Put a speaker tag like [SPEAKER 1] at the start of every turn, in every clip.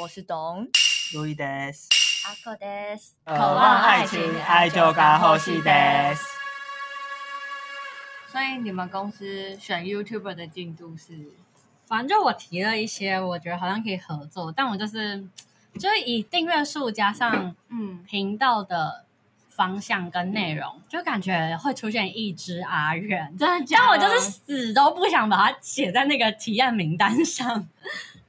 [SPEAKER 1] 我是董
[SPEAKER 2] 路易德斯，
[SPEAKER 1] 阿克德斯，
[SPEAKER 2] 渴望爱情，爱就该呼吸德。
[SPEAKER 1] 所以你们公司选 YouTuber 的进度是？
[SPEAKER 3] 反正就我提了一些，我觉得好像可以合作，但我就是就是以订阅数加上
[SPEAKER 1] 嗯，
[SPEAKER 3] 频道的方向跟内容，就感觉会出现一只阿远。
[SPEAKER 1] 真的
[SPEAKER 3] 但
[SPEAKER 1] 假
[SPEAKER 3] 我
[SPEAKER 1] 的？
[SPEAKER 3] 就是死都不想把它写在那个提案名单 上。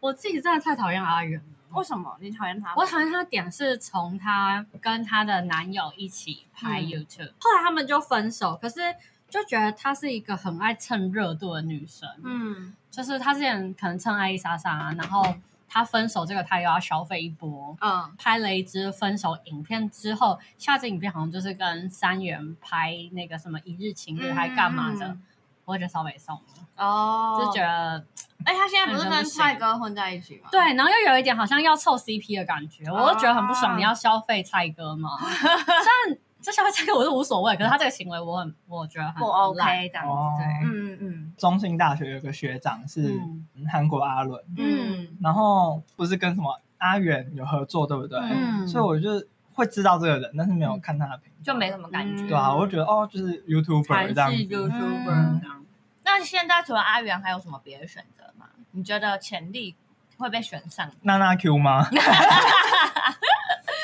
[SPEAKER 3] 我自己真的太讨厌阿远了。
[SPEAKER 1] 为什么你讨厌他？
[SPEAKER 3] 我讨厌他的点是从她跟她的男友一起拍
[SPEAKER 1] 嗯
[SPEAKER 3] YouTube，、后来他们就分手，可是就觉得她是一个很爱蹭热度的女生，
[SPEAKER 1] 嗯，
[SPEAKER 3] 就是她之前可能蹭艾丽莎莎啊，然后她分手这个她又要消费一波。
[SPEAKER 1] 嗯
[SPEAKER 3] 拍了一支分手影片之后，下支影片好像就是跟三元拍那个什么一日情侣还干嘛的，
[SPEAKER 1] 嗯嗯
[SPEAKER 3] 我觉得稍微送了，
[SPEAKER 1] 哦，
[SPEAKER 3] 就觉得
[SPEAKER 1] 哎，他现在不是
[SPEAKER 3] 很
[SPEAKER 1] 跟
[SPEAKER 3] 生气
[SPEAKER 1] 泰哥混在一起吗？
[SPEAKER 3] 对，然后又有一点好像要凑 CP 的感觉，我就觉得很不爽。
[SPEAKER 1] 啊
[SPEAKER 3] 你要消费蔡哥吗？ 虽然这消费蔡哥我是无所谓，可是他这个行为我很，我觉得很
[SPEAKER 1] 不
[SPEAKER 3] 烂
[SPEAKER 1] OK 这样子。
[SPEAKER 2] 哦
[SPEAKER 3] 对，
[SPEAKER 1] 嗯嗯
[SPEAKER 2] 中信大学有个学长是
[SPEAKER 3] 嗯
[SPEAKER 2] 韩国阿伦，
[SPEAKER 1] 嗯
[SPEAKER 2] 然后不是跟什么阿远有合作，对不对？
[SPEAKER 3] 嗯
[SPEAKER 2] 所以我就会知道这个人，但是没有看他的频道，
[SPEAKER 1] 嗯，就没什么感觉。
[SPEAKER 3] 嗯
[SPEAKER 2] 对啊，我就觉得哦，就是 YouTuber 这样子，
[SPEAKER 1] 嗯
[SPEAKER 3] YouTuber 这样。
[SPEAKER 1] 那现在除了阿元，还有什么别的选择吗？你觉得潜力会被选上？
[SPEAKER 2] 娜娜 Q 吗？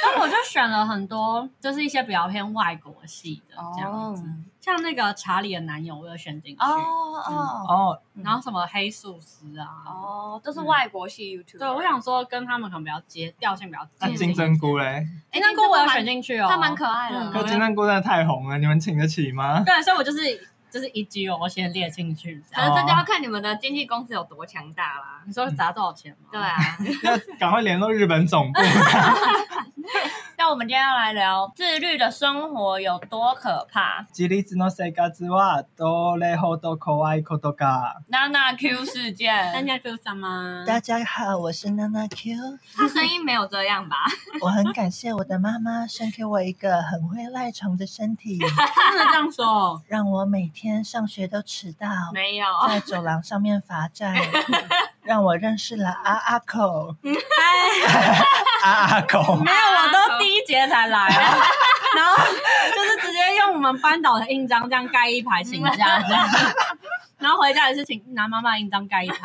[SPEAKER 3] 但我就选了很多，就是一些比较偏外国系的这样子，像那个查理的男友，我有选进去，
[SPEAKER 1] 哦哦
[SPEAKER 2] 哦，
[SPEAKER 3] 然后什么黑素丝啊，
[SPEAKER 1] 哦，都是外国系 YouTube。
[SPEAKER 3] 对，我想说跟他们可能比较接调性比较
[SPEAKER 2] 那
[SPEAKER 3] 接近
[SPEAKER 2] 啊金。针菇嘞？
[SPEAKER 3] 哎，那个我有选进去哦，
[SPEAKER 1] 他蛮可爱的
[SPEAKER 3] 嗯
[SPEAKER 2] 可
[SPEAKER 3] 我
[SPEAKER 2] 金
[SPEAKER 3] 觉
[SPEAKER 2] 针菇真的太红了，你们请得起 吗？
[SPEAKER 3] 对，啊所以我就是就是一 G 我先列进去，这
[SPEAKER 1] 可
[SPEAKER 3] 样
[SPEAKER 1] 能这就要看你们的经纪公司有多强大啦。
[SPEAKER 3] 你说砸多少钱吗？
[SPEAKER 1] 对啊，
[SPEAKER 2] 要赶快联络日本总部。
[SPEAKER 1] 那我们今天要来聊自律的生活有多可怕。
[SPEAKER 2] 自立の生活はどれほど怖いことか。
[SPEAKER 1] 娜娜 Q 事
[SPEAKER 3] 三
[SPEAKER 1] 件，
[SPEAKER 3] 加 Q 三吗？
[SPEAKER 2] 家好，我是娜娜 Q，
[SPEAKER 1] 他声音没有这样吧？
[SPEAKER 2] 我很感谢我的妈妈生给我一个很会赖床的身体，
[SPEAKER 3] 真的这样 说？
[SPEAKER 2] 让我每天上学都迟到，
[SPEAKER 1] 没有，
[SPEAKER 2] 在走廊上面罚 站，让我认识了阿阿口，
[SPEAKER 1] 嗯
[SPEAKER 3] 哎，
[SPEAKER 2] 阿阿口
[SPEAKER 3] 没有，我都第一节才来 哦，然后就是直接用我们班导的印章这样盖一排请假， 这样然后回家也是请拿妈妈的印章盖一排。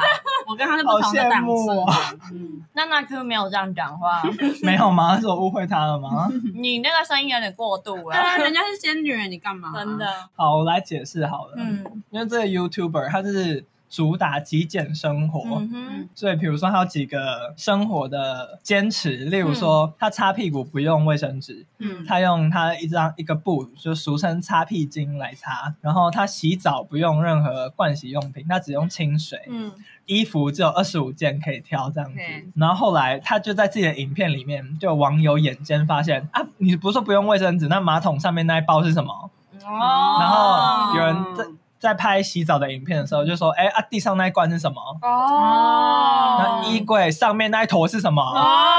[SPEAKER 3] 我跟他是不同的档次
[SPEAKER 2] 好啊
[SPEAKER 3] 的，嗯，
[SPEAKER 1] 娜娜 Q 没有这样讲 话，
[SPEAKER 2] 没有吗？是我误会他了 吗？
[SPEAKER 1] 你那个声音有点过度
[SPEAKER 3] 对
[SPEAKER 1] 了，
[SPEAKER 3] 啊，人家是仙女，你干嘛？
[SPEAKER 1] 真，的。
[SPEAKER 2] 好，我来解释好了，
[SPEAKER 1] 嗯
[SPEAKER 2] 因为这个 YouTuber 他是主打极简生活，
[SPEAKER 1] 嗯哼
[SPEAKER 3] 嗯，
[SPEAKER 2] 所以，比如说，他有几个生活的坚持，例
[SPEAKER 1] 嗯
[SPEAKER 2] 如说，他擦屁股不用卫生纸，
[SPEAKER 3] 嗯，
[SPEAKER 2] 他用他一张一个布，就俗称擦屁巾来擦。然后，他洗澡不用任何盥洗用品，他只用清水。
[SPEAKER 1] 嗯
[SPEAKER 2] 衣服只有二十五件可以挑这样子
[SPEAKER 1] OK。
[SPEAKER 2] 然后后来，他就在自己的影片里面，就有网友眼尖发现啊，你不是说不用卫生纸，那马桶上面那一包是什么？
[SPEAKER 1] 哦，
[SPEAKER 2] 然后有人
[SPEAKER 3] 在
[SPEAKER 2] 在拍洗澡的影片的时候，就说，哎啊，地上那一罐是什么？
[SPEAKER 1] 哦，
[SPEAKER 2] 那衣柜上面那一坨是什么？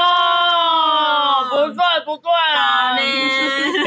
[SPEAKER 1] 哦，不对不啊 对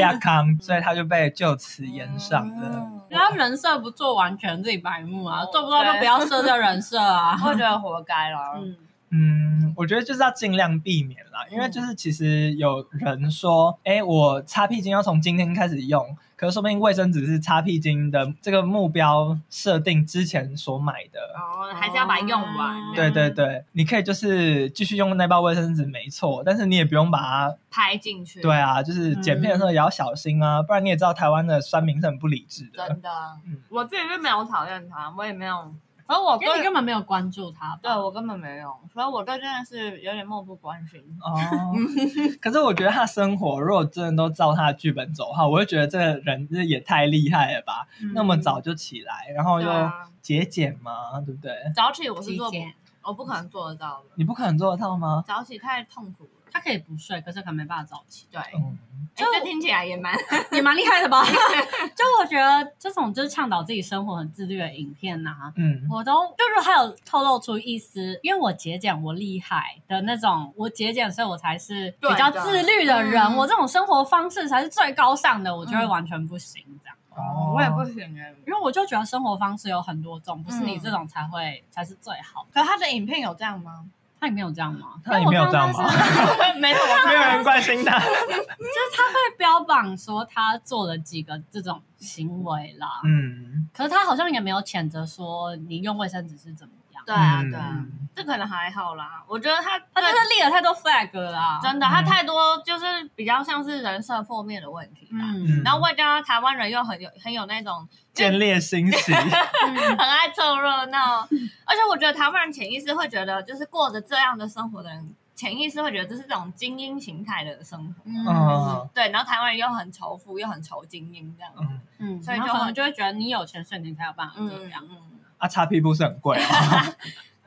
[SPEAKER 1] 啦，
[SPEAKER 2] 亚康，所以他就被就此延上了。
[SPEAKER 3] 人家人设不做完全自己白目啊，
[SPEAKER 1] 哦
[SPEAKER 3] 做不到就不要设这人设啊。
[SPEAKER 1] 我觉得活该啦。
[SPEAKER 3] 嗯，
[SPEAKER 2] 嗯，我觉得就是要尽量避免啦，因为
[SPEAKER 1] 嗯
[SPEAKER 2] 就是其实有人说，哎、我擦屁巾要从今天开始用，可是说不定卫生纸是擦屁巾的这个目标设定之前所买的。
[SPEAKER 1] 哦，还是要把它用完，
[SPEAKER 2] 对对对，你可以就是继续用那包卫生纸，没错，但是你也不用把它，
[SPEAKER 1] 拍进去，
[SPEAKER 2] 对，啊，就是剪片的时
[SPEAKER 1] 嗯
[SPEAKER 2] 候也要小心啊，不然你也知道台湾的酸民是很不理智的。
[SPEAKER 1] 真的
[SPEAKER 2] 嗯，
[SPEAKER 1] 我自己是没有讨厌他，我也没有，而我
[SPEAKER 3] 因为你
[SPEAKER 1] 对
[SPEAKER 3] 根本没有关注他。
[SPEAKER 1] 对我根本没有，所以我对这件事有点漠不关心。
[SPEAKER 2] 哦，可是我觉得他生活如果真的都照他的剧本走的话，我会觉得这个人这也太厉害了吧！那么早就起来，然后又
[SPEAKER 1] 嗯对啊
[SPEAKER 2] 节俭嘛，对不对？
[SPEAKER 1] 早起我是
[SPEAKER 3] 极
[SPEAKER 1] 做不，
[SPEAKER 3] 简，
[SPEAKER 1] 我不可能做得到的，
[SPEAKER 2] 你不可能做得到吗？
[SPEAKER 1] 早起太痛苦了。
[SPEAKER 3] 他可以不睡，可是可能没办法早起。
[SPEAKER 1] 对，
[SPEAKER 2] 嗯，
[SPEAKER 1] 哎这听起来也蛮
[SPEAKER 3] 也蛮厉害的吧？ 就我觉得这种就是倡导自己生活很自律的影片啊呐、
[SPEAKER 2] 嗯，
[SPEAKER 3] 我都就是还有透露出一丝，因为我节俭我厉害的那种，我节俭，所以我才是比较自律的
[SPEAKER 1] 对的
[SPEAKER 3] 人。
[SPEAKER 1] 嗯
[SPEAKER 3] 我这种生活方式才是最高尚的，我就会完全不行这样。
[SPEAKER 2] 哦
[SPEAKER 1] 我也不行哎。
[SPEAKER 3] 因为我就觉
[SPEAKER 1] 嗯
[SPEAKER 3] 得生活方式有很多种，不是你这种才会、才是最好的。
[SPEAKER 1] 可他的影片有这样吗？
[SPEAKER 3] 他也没有这样吗？
[SPEAKER 2] 他也没有这样吧？
[SPEAKER 1] 没有，
[SPEAKER 2] 没有人关心 他。
[SPEAKER 3] 就是他会标榜说他做了几个这种行为啦，
[SPEAKER 2] 嗯，
[SPEAKER 3] 可是他好像也没有谴责说你用卫生纸是怎么样。
[SPEAKER 1] 对啊，
[SPEAKER 2] 嗯
[SPEAKER 1] 对啊，这可能还好啦。我觉得他
[SPEAKER 3] 他真
[SPEAKER 1] 对
[SPEAKER 3] 的立了太多 flag 了啊啦，
[SPEAKER 1] 真的，他太多就是比较像是人设破灭的问题啦。
[SPEAKER 2] 嗯
[SPEAKER 3] 嗯，
[SPEAKER 1] 然后外加台湾人又很有很有那 种
[SPEAKER 2] 见猎心 喜，嗯
[SPEAKER 1] 很爱凑热闹，而且我觉得台湾人潜意识会觉得，就是过着这样的生活的人，潜意识会觉得这是这种精英形态的生活。
[SPEAKER 3] 嗯
[SPEAKER 2] 嗯
[SPEAKER 1] 对，然后台湾人又很仇富，又很仇精英这样。嗯
[SPEAKER 2] 嗯，
[SPEAKER 3] 嗯，所
[SPEAKER 1] 所
[SPEAKER 3] 以
[SPEAKER 1] 以就
[SPEAKER 3] 就
[SPEAKER 1] 会
[SPEAKER 3] 可能就会觉得你有钱，所以你才有办法这
[SPEAKER 1] 嗯
[SPEAKER 3] 样。
[SPEAKER 1] 嗯。
[SPEAKER 2] 啊，擦屁股是很贵啊。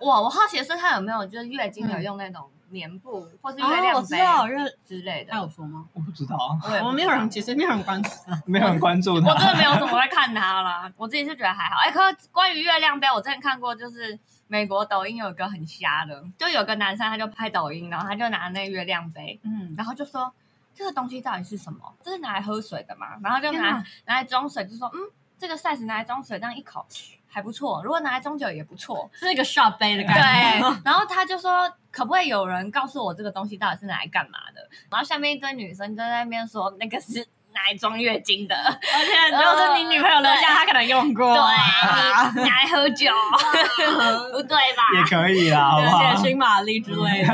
[SPEAKER 1] 哇，我好奇的是他有没有就是月经有用那种棉布、或是月
[SPEAKER 3] 嗯哦，我
[SPEAKER 1] 亮
[SPEAKER 3] 知
[SPEAKER 1] 杯
[SPEAKER 3] 道，因为
[SPEAKER 1] 之类的
[SPEAKER 3] 他。有说吗？
[SPEAKER 2] 我不知道啊，
[SPEAKER 1] 我也不知
[SPEAKER 3] 我
[SPEAKER 1] 道
[SPEAKER 3] 们没有人，其实没有人关注他。
[SPEAKER 2] 没有人关注
[SPEAKER 1] 我真的
[SPEAKER 2] 他。
[SPEAKER 1] 没有怎么会看它啦。我自己是觉得还好。哎、可是关于月亮杯，我之前看过，就是美国抖音有一个很瞎的，就有个男生他就拍抖音，然后他就拿那月亮杯，
[SPEAKER 3] 嗯，
[SPEAKER 1] 然后就说这个东西到底是什么？这是拿来喝水的嘛？然后就
[SPEAKER 3] 天
[SPEAKER 1] 拿
[SPEAKER 3] 哪
[SPEAKER 1] 拿来装水，就说嗯，这个 size 拿来装水，这样一口还不错，如果拿来装酒也不错。
[SPEAKER 3] 是一个 shot 杯的
[SPEAKER 1] 对
[SPEAKER 3] 感觉。，
[SPEAKER 1] 然后他就说，可不可以有人告诉我这个东西到底是拿来干嘛的？然后下面一堆女生就在那边说，那个是拿来装月经的，
[SPEAKER 3] 而且如果是你女朋友留下，她可能用过。
[SPEAKER 1] 哦对，你拿来喝 酒，不对吧？
[SPEAKER 2] 也可以啦，好不好？
[SPEAKER 3] 血腥玛丽之类 的。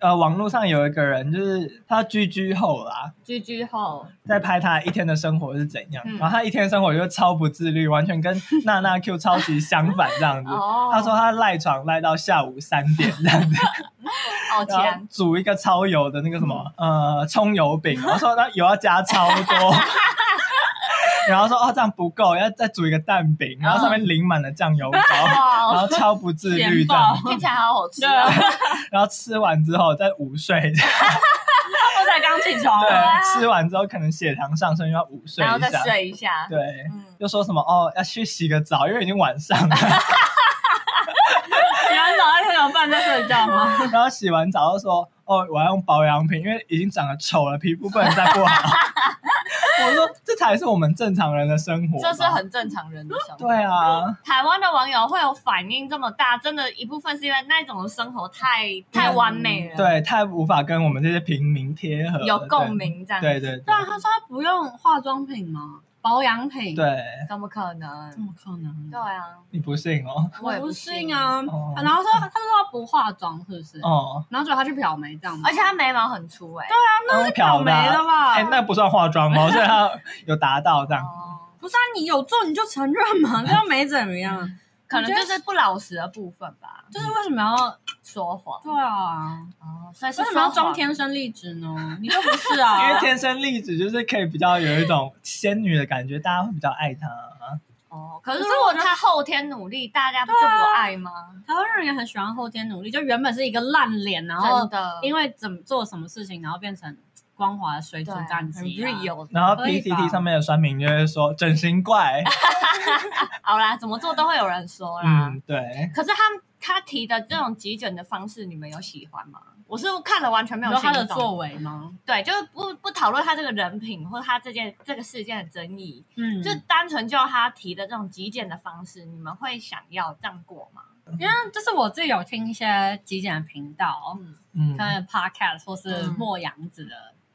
[SPEAKER 2] 呃，网络上有一个人，就是他居居后啦，
[SPEAKER 1] 居居后，
[SPEAKER 2] 在拍他一天的生活是怎样，
[SPEAKER 1] 嗯
[SPEAKER 2] 然后他一天的生活就超不自律，完全跟娜娜 Q 超级相反这样子。
[SPEAKER 1] 哦，
[SPEAKER 2] 他说他赖床赖到下午三点这样子，
[SPEAKER 1] 哦
[SPEAKER 2] 然后
[SPEAKER 1] 天，嗯
[SPEAKER 2] 煮一个超油的那个什么、呃葱油饼，然后说那油要加超多， 然后说哦这样不够，要再煮一个蛋饼，然后上
[SPEAKER 1] 哦
[SPEAKER 2] 面淋满了酱油膏，然
[SPEAKER 1] 哇，
[SPEAKER 2] 后超不自律
[SPEAKER 3] 甜
[SPEAKER 2] 这
[SPEAKER 3] 爆
[SPEAKER 2] 样，
[SPEAKER 1] 听起来好好吃
[SPEAKER 3] 对，
[SPEAKER 1] 哦，
[SPEAKER 2] 然后吃完之后再午 睡，
[SPEAKER 3] 我才刚起床。啊
[SPEAKER 2] 对， 吃完之后可能血糖上升又要午睡
[SPEAKER 1] 啊然后
[SPEAKER 2] 一
[SPEAKER 1] 再
[SPEAKER 2] 下，
[SPEAKER 1] 睡一下，
[SPEAKER 2] 对，
[SPEAKER 1] 嗯，
[SPEAKER 2] 又说什么哦要去洗个澡，因为已经晚上 了，
[SPEAKER 3] 然后早上六点半在睡觉吗？
[SPEAKER 2] 然后洗完澡又说哦我要用保养品，因为已经长得丑了，皮肤不能再不 好。我说这才是我们正常人的生活吧，
[SPEAKER 1] 这是很正常人的生活。
[SPEAKER 2] 对啊，
[SPEAKER 1] 台湾的网友会有反应这么大，真的一部分是因为那种生活太太完美了，，
[SPEAKER 2] 对，太无法跟我们这些平民贴合了，
[SPEAKER 1] 有共鸣这样。
[SPEAKER 2] 对，对对
[SPEAKER 3] 对啊，他说他不用化妆品吗？保养品？
[SPEAKER 2] 对，对，嗯
[SPEAKER 1] 怎么可
[SPEAKER 3] 怎
[SPEAKER 1] 能？
[SPEAKER 3] 么可能
[SPEAKER 1] 对？啊，
[SPEAKER 2] 你不信哦，
[SPEAKER 1] 我也
[SPEAKER 3] 不
[SPEAKER 1] 信
[SPEAKER 3] 信。啊！
[SPEAKER 1] 嗯
[SPEAKER 2] 哦
[SPEAKER 3] 然后说他说他不化妆，是不是？
[SPEAKER 2] 哦，
[SPEAKER 3] 然后就他去漂眉这样吗，
[SPEAKER 1] 而且他眉毛很粗哎、
[SPEAKER 2] 那是漂
[SPEAKER 3] 没了吧？
[SPEAKER 2] 哎，那不算化妆 吗？所以他有达到这样，
[SPEAKER 1] 哦，
[SPEAKER 3] 不是啊，你有做你就承认 嘛，这又没怎么样。
[SPEAKER 1] 可能就是不老实的部分吧，
[SPEAKER 3] 就是为什么要
[SPEAKER 1] 说谎。
[SPEAKER 3] 对啊？
[SPEAKER 1] 哦，所以是
[SPEAKER 3] 为什么要
[SPEAKER 1] 说谎
[SPEAKER 3] 装天生丽质呢？你就不是
[SPEAKER 2] 因
[SPEAKER 3] 啊
[SPEAKER 2] 为？天生丽质就是可以比较有一种仙女的感觉，大家会比较爱她。
[SPEAKER 1] 哦，可是
[SPEAKER 3] 可
[SPEAKER 1] 如
[SPEAKER 3] 是
[SPEAKER 1] 果
[SPEAKER 3] 我觉得
[SPEAKER 1] 他后天努力，大家不就不爱吗？
[SPEAKER 3] 台湾人也很喜欢后天努力，就原本是一个烂脸，然
[SPEAKER 1] 真
[SPEAKER 3] 后
[SPEAKER 1] 的，
[SPEAKER 3] 因
[SPEAKER 1] 为
[SPEAKER 3] 为怎么做什么事情，然后变成光滑的水煮
[SPEAKER 1] 对啊，
[SPEAKER 3] 蛋
[SPEAKER 1] 很
[SPEAKER 3] 鸡、啊。
[SPEAKER 1] real 的。
[SPEAKER 2] 然后
[SPEAKER 3] 可以吧
[SPEAKER 2] PTT 上面的酸民就会说整形怪，
[SPEAKER 1] 好啦，怎么做都会有人
[SPEAKER 3] 啊
[SPEAKER 1] 说啦。
[SPEAKER 2] 嗯，对，
[SPEAKER 1] 可是他他提的这种急诊的方式，你们有喜欢吗？我是看了完全没
[SPEAKER 3] 你
[SPEAKER 1] 有
[SPEAKER 3] 说他
[SPEAKER 1] 心
[SPEAKER 3] 的
[SPEAKER 1] 动
[SPEAKER 3] 作为吗？
[SPEAKER 1] 对，就是不不讨论他这个人品或他这件这个事件的争议，
[SPEAKER 3] 嗯就
[SPEAKER 1] 就单纯就他提的这种极简的方式，你们会想要这样过吗？
[SPEAKER 3] 因为就是我自己有听一些极简的频道，
[SPEAKER 1] 嗯，
[SPEAKER 2] 嗯
[SPEAKER 3] 可能 podcast 或是
[SPEAKER 1] 嗯
[SPEAKER 3] 莫阳子的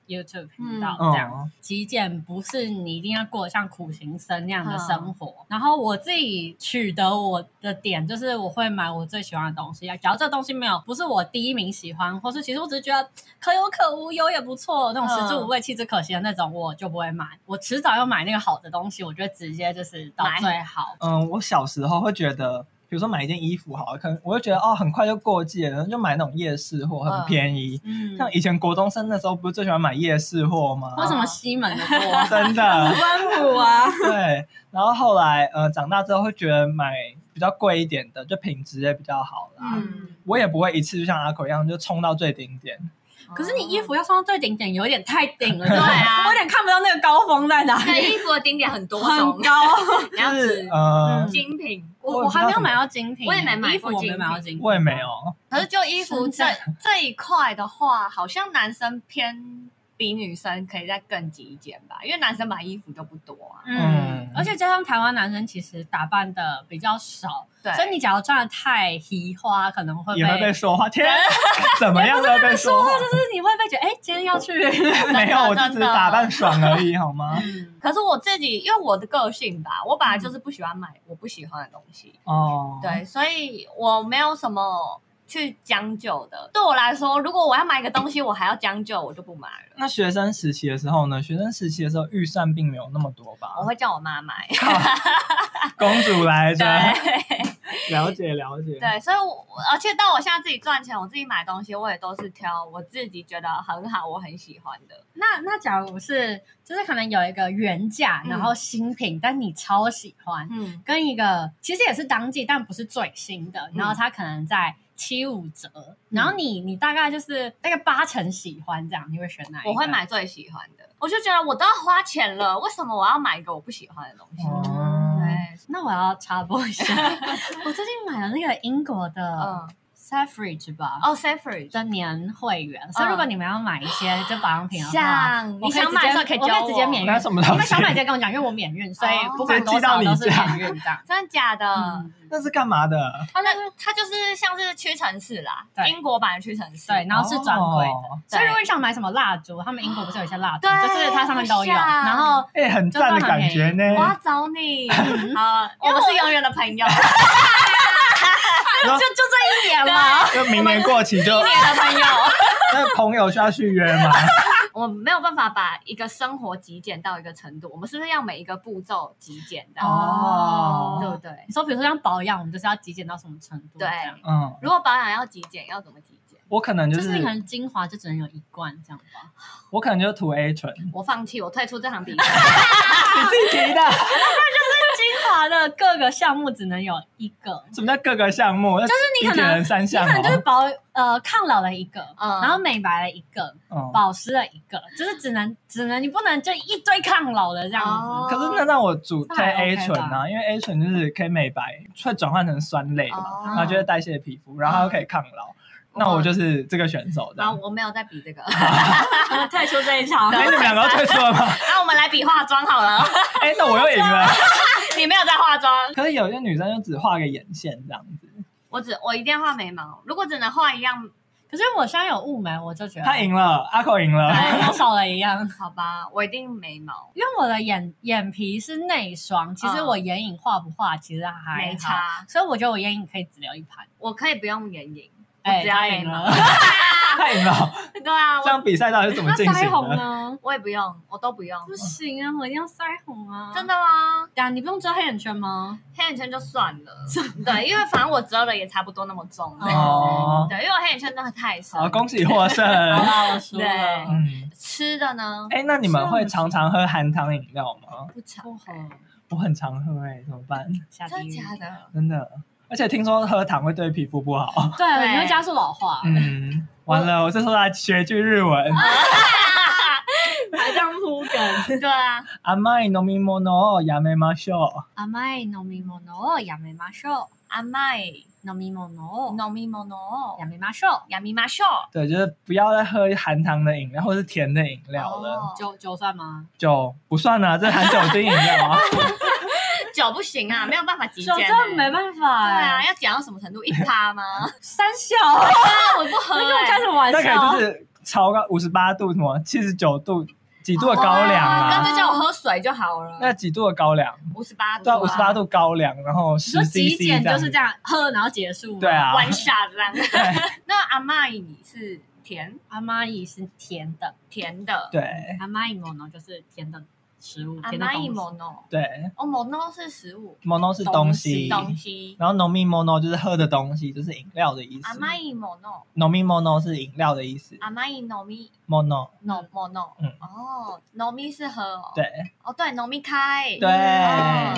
[SPEAKER 3] YouTube 频
[SPEAKER 1] 嗯
[SPEAKER 3] 道这样。
[SPEAKER 2] 哦，
[SPEAKER 3] 极简不是你一定要过得像苦行僧那样
[SPEAKER 1] 嗯
[SPEAKER 3] 的生活。然后我自己取得我的点就是我会买我最喜欢的东西，只要这东西没有不是我第一名喜欢，或是其实我只是觉得可有可无，有也不错，
[SPEAKER 1] 嗯
[SPEAKER 3] 那种食之无味弃之可惜的那种，我就不会买。我迟早要买那个好的东西，我就会直接就是到
[SPEAKER 1] 买
[SPEAKER 3] 最好。
[SPEAKER 2] 嗯，我小时候会觉得，比如说买一件衣服好了，可能我会觉得哦，很快就过季了，然后就买那种夜市货，很便宜。
[SPEAKER 3] 嗯，
[SPEAKER 2] 像以前国中生那时候，不是最喜欢买夜市货吗？
[SPEAKER 3] 为什么西门 的 锅
[SPEAKER 2] 真的，
[SPEAKER 3] 温补啊？
[SPEAKER 2] 对，然后后来呃长大之后会觉得买比较贵一点的，就品质也比较好啦。
[SPEAKER 1] 嗯
[SPEAKER 3] 嗯，
[SPEAKER 2] 我也不会一次就像阿口一样就冲到最顶点，
[SPEAKER 3] 可是你衣服要送到最顶点，有点太顶 了，
[SPEAKER 1] 哦对啊
[SPEAKER 3] 我有点看不到那个高峰在 哪
[SPEAKER 1] 那
[SPEAKER 3] 里，
[SPEAKER 1] 衣服的顶点很多
[SPEAKER 3] 很
[SPEAKER 1] 种，
[SPEAKER 3] 高。
[SPEAKER 1] 你
[SPEAKER 2] 就
[SPEAKER 1] 要
[SPEAKER 2] 是
[SPEAKER 1] 指
[SPEAKER 2] 呃
[SPEAKER 3] 嗯
[SPEAKER 1] 精品。
[SPEAKER 2] 我
[SPEAKER 3] 我
[SPEAKER 2] 也
[SPEAKER 3] 我
[SPEAKER 2] 不知道
[SPEAKER 3] 还没有
[SPEAKER 2] 怎么
[SPEAKER 3] 买到精品，
[SPEAKER 1] 我也没买
[SPEAKER 3] 衣服
[SPEAKER 1] 过
[SPEAKER 3] 我没
[SPEAKER 1] 精
[SPEAKER 3] 买到
[SPEAKER 1] 品
[SPEAKER 3] 精品，
[SPEAKER 2] 我也没。有，
[SPEAKER 1] 可是就衣服这
[SPEAKER 3] 真的
[SPEAKER 1] 这一块的话，好像男生偏比女生可以再更极简吧，因为男生买衣服就不多啊。
[SPEAKER 3] 嗯
[SPEAKER 2] 嗯，
[SPEAKER 3] 而且加上台湾男生其实打扮的比较少，
[SPEAKER 1] 对，
[SPEAKER 3] 所以你假如穿的太嘻花，可能会
[SPEAKER 2] 也 会被
[SPEAKER 3] 被。
[SPEAKER 2] 说话，天，啊怎么样都会被说话。
[SPEAKER 3] 就是你会被觉得，哎、今天 要去，
[SPEAKER 2] 没有，我就只是打扮爽而已，好吗？
[SPEAKER 3] 嗯，
[SPEAKER 1] 可是我自己，因为我的个性吧，我本来就是不喜欢买我不喜欢的东西，
[SPEAKER 2] 哦，，
[SPEAKER 1] 对，所以我没有什么去将就的。对我来说，如果我要买一个东西，我还要将就，我就不买了，
[SPEAKER 2] 那学生时期的时候呢？学生时期的时候预算并没有那么多吧？哦
[SPEAKER 1] 我会叫我妈买。
[SPEAKER 2] 公主来 着，
[SPEAKER 1] 对
[SPEAKER 2] 了解了解。
[SPEAKER 1] 对，所以我而且到我现在自己赚钱，我自己买东西，我也都是挑我自己觉得很好、我很喜欢的。
[SPEAKER 3] 那那假如是，就是可能有一个原价，
[SPEAKER 1] 嗯
[SPEAKER 3] 然后新品，但你超喜欢，
[SPEAKER 1] 嗯，
[SPEAKER 3] 跟一个其实也是当季，但不是最新的，
[SPEAKER 1] 嗯
[SPEAKER 3] 然后它可能在七五折，然后你你大概就是大概八成喜欢这样，你会选哪一个？
[SPEAKER 1] 我会买最喜欢的，我就觉得我都要花钱了，为什么我要买一个我不喜欢的东西？
[SPEAKER 2] 哦，
[SPEAKER 1] 对，
[SPEAKER 3] 那我要插播一 下， 我最近买了那个英国的
[SPEAKER 1] 嗯，
[SPEAKER 3] Suffrage 吧，
[SPEAKER 1] 哦，Safari
[SPEAKER 3] 的年会员，所以如果你们要买一些就保养品的话，
[SPEAKER 1] 像
[SPEAKER 3] 我
[SPEAKER 1] 你
[SPEAKER 3] 可以
[SPEAKER 1] 想买的时候可以
[SPEAKER 3] 直接我
[SPEAKER 1] 教
[SPEAKER 3] 可以直接免
[SPEAKER 2] 那
[SPEAKER 3] 运，
[SPEAKER 2] 什么东西
[SPEAKER 3] 你们想买直接跟我讲，因为我免运，所以
[SPEAKER 1] 哦
[SPEAKER 3] 不管多少都是免运这样。
[SPEAKER 1] 真的假的？
[SPEAKER 3] 嗯，
[SPEAKER 2] 那是干嘛的？
[SPEAKER 1] 它那它就是像是屈臣氏啦，
[SPEAKER 3] 对
[SPEAKER 1] 英国版的屈臣氏。
[SPEAKER 3] 对，然后是专柜的。
[SPEAKER 2] 哦
[SPEAKER 3] 所以如果你想买什么蜡烛，他们英国不是有一些蜡烛，
[SPEAKER 1] 对
[SPEAKER 3] 就是它上面都有。
[SPEAKER 1] 我想
[SPEAKER 3] 然后
[SPEAKER 2] 哎、很赞的感觉呢。
[SPEAKER 1] 我要找你，
[SPEAKER 3] 嗯
[SPEAKER 1] 好，我们是永远的朋 友，
[SPEAKER 2] 然后
[SPEAKER 3] 就这一点
[SPEAKER 1] 嘛，
[SPEAKER 2] 就明年过期就，
[SPEAKER 1] 永远的朋友。
[SPEAKER 2] 那朋友需要续约 吗？
[SPEAKER 1] 我们没有办法把一个生活极简到一个程度，我们是不是要每一个步骤极简的？
[SPEAKER 2] 哦
[SPEAKER 1] 对不对？
[SPEAKER 3] 你说比如说像保养，我们就是要极简到什么程度？
[SPEAKER 1] 对
[SPEAKER 3] 这样
[SPEAKER 2] 嗯，
[SPEAKER 1] 如果保养要极简，要怎么极简？
[SPEAKER 2] 我可能就
[SPEAKER 3] 就是是可能精华就只能有一罐这样吧。
[SPEAKER 2] 我可能就涂 A 醇，你
[SPEAKER 1] 我放弃，我退出这场比赛。
[SPEAKER 2] 自己提的。
[SPEAKER 3] 精华的各个项目只能有一个，
[SPEAKER 2] 什么叫各个项目？就是
[SPEAKER 3] 你可能
[SPEAKER 2] 人三
[SPEAKER 3] 你
[SPEAKER 2] 项
[SPEAKER 3] 可能就是
[SPEAKER 2] 哦。
[SPEAKER 3] 保呃抗老了一个，
[SPEAKER 1] 嗯
[SPEAKER 3] 然后美白了一个，
[SPEAKER 2] 嗯
[SPEAKER 3] 保湿了一个，就是只能只能你不能就一堆抗老的这样
[SPEAKER 1] 哦
[SPEAKER 3] 子。
[SPEAKER 2] 可是那让我主
[SPEAKER 3] 那
[SPEAKER 2] 推
[SPEAKER 3] 还
[SPEAKER 2] A
[SPEAKER 3] 哦 OK 吧
[SPEAKER 2] 醇啊，因为 A 醇就是可以美白，会转换成酸类嘛，然后
[SPEAKER 1] 哦
[SPEAKER 2] 就会代谢皮肤，然后它又可以抗老。那
[SPEAKER 3] 哦
[SPEAKER 2] 我就是这个选手这
[SPEAKER 1] 然后
[SPEAKER 2] 样。
[SPEAKER 1] 我没有在比这个，
[SPEAKER 3] 退出这一 场
[SPEAKER 2] 哎，你们两个要退出了吗？
[SPEAKER 1] 那我们来比化妆好了。
[SPEAKER 2] 哎，那我又赢了。
[SPEAKER 1] 你没有在化妆，
[SPEAKER 2] 可是有些女生就只画个眼线这样子，
[SPEAKER 1] 我只我一定要画眉毛，如果只能画一样，
[SPEAKER 3] 可是我现在有雾眉，我就觉得
[SPEAKER 2] 她赢了，阿口赢了。
[SPEAKER 3] 对，我少了一样。
[SPEAKER 1] 好吧，我一定眉毛
[SPEAKER 3] 因为我的眼眼皮是内双，其实
[SPEAKER 1] 嗯
[SPEAKER 3] 我眼影画不画其实还
[SPEAKER 1] 没
[SPEAKER 3] 好，
[SPEAKER 1] 差，
[SPEAKER 3] 所以我觉得我眼影可以只留一盘。
[SPEAKER 1] 我可以不用眼影，我
[SPEAKER 3] 哎
[SPEAKER 1] 只要眉毛。
[SPEAKER 2] 她赢了，
[SPEAKER 1] 对啊，
[SPEAKER 2] 这样
[SPEAKER 1] 我
[SPEAKER 2] 比赛到底是怎么
[SPEAKER 3] 那
[SPEAKER 2] 进行
[SPEAKER 3] 腮红
[SPEAKER 2] 的？
[SPEAKER 3] 呢？
[SPEAKER 1] 我也不用，我都不用。
[SPEAKER 3] 不行啊，我一定要腮红啊！
[SPEAKER 1] 真，的吗？
[SPEAKER 3] 呀，你不用遮黑眼圈吗？
[SPEAKER 1] 黑眼圈就算了，对，因为反正我遮了也差不多那么重。
[SPEAKER 2] 哦，
[SPEAKER 1] 对，因为我黑眼圈真的太深。
[SPEAKER 2] 好，恭喜获 胜。
[SPEAKER 3] 好啦， 我输
[SPEAKER 1] 对
[SPEAKER 3] 了，
[SPEAKER 2] 嗯，
[SPEAKER 1] 吃的呢？
[SPEAKER 2] 哎，那你们
[SPEAKER 3] 啊
[SPEAKER 2] 会常常喝含糖饮料吗？
[SPEAKER 1] 不常，
[SPEAKER 3] 不红，
[SPEAKER 2] 我很常喝，哎，怎么办？
[SPEAKER 3] 下地
[SPEAKER 1] 真的
[SPEAKER 3] 狱。
[SPEAKER 1] 假的？
[SPEAKER 2] 真的。而且听说喝糖会对皮肤不好。
[SPEAKER 3] 对，啊
[SPEAKER 1] 对
[SPEAKER 3] 你会加速老化，
[SPEAKER 2] 嗯， 完了，我这时候来学句日文。
[SPEAKER 3] 还这样铺梗。
[SPEAKER 1] 对啊，
[SPEAKER 2] 甘い飲み物をやめましょ
[SPEAKER 3] 甘い飲み物をやめましょ
[SPEAKER 1] 阿
[SPEAKER 3] う。
[SPEAKER 1] 麦
[SPEAKER 3] 飲み物を
[SPEAKER 1] 飲み物
[SPEAKER 3] やめましょ
[SPEAKER 1] やみましょ
[SPEAKER 2] う。对，就是不要再喝含糖的饮料或是甜的饮
[SPEAKER 1] う。
[SPEAKER 2] 料了，
[SPEAKER 1] 哦
[SPEAKER 3] う。酒酒算吗？
[SPEAKER 2] 就不算了，这含酒精饮料啊。
[SPEAKER 1] 酒不行啊，没有办法极
[SPEAKER 3] 酒
[SPEAKER 1] 简欸。
[SPEAKER 3] 真的没办法
[SPEAKER 1] 对
[SPEAKER 3] 欸。
[SPEAKER 1] 啊，要减到什么程度？一 趴吗？
[SPEAKER 3] 三小，
[SPEAKER 1] 啊，我不 喝
[SPEAKER 3] 你跟我
[SPEAKER 1] 欸
[SPEAKER 3] 开什么玩
[SPEAKER 2] 大概
[SPEAKER 3] 笑
[SPEAKER 2] 就？是超高五十八度什么七十九度几度的高粱
[SPEAKER 1] 哇干
[SPEAKER 2] 啊，
[SPEAKER 1] 脆叫我喝水就好了。
[SPEAKER 2] 那几度的高粱，
[SPEAKER 1] 五十八度，
[SPEAKER 2] 对啊，五十八，度高粱，然后
[SPEAKER 3] 你
[SPEAKER 2] 十
[SPEAKER 3] 说
[SPEAKER 2] CC
[SPEAKER 3] 极简
[SPEAKER 2] 这样
[SPEAKER 3] 就是这样喝，然后结束吗。
[SPEAKER 2] 对啊
[SPEAKER 1] 玩傻子啊。 那阿麦你是甜
[SPEAKER 3] 阿玛伊是甜的，
[SPEAKER 1] 甜的，
[SPEAKER 2] 对
[SPEAKER 3] 阿玛伊某呢就是甜的食物，
[SPEAKER 1] 阿
[SPEAKER 3] 甜的
[SPEAKER 1] 麦
[SPEAKER 3] 东西。
[SPEAKER 1] mono，
[SPEAKER 2] 对
[SPEAKER 1] 哦 mono 是食物
[SPEAKER 2] mono 是东西，
[SPEAKER 1] 东西，
[SPEAKER 2] 然后 nomi mono 就是喝的东西，就是饮料的意思
[SPEAKER 1] 阿。麦 mono，
[SPEAKER 2] nomi mono 是饮料的意思
[SPEAKER 1] 阿麦 nomi
[SPEAKER 2] ，mono
[SPEAKER 1] no mono，
[SPEAKER 2] 嗯
[SPEAKER 1] 哦，nomi 是喝哦，
[SPEAKER 2] 对。
[SPEAKER 1] 哦对，nomi 开，
[SPEAKER 2] 对，
[SPEAKER 1] 哦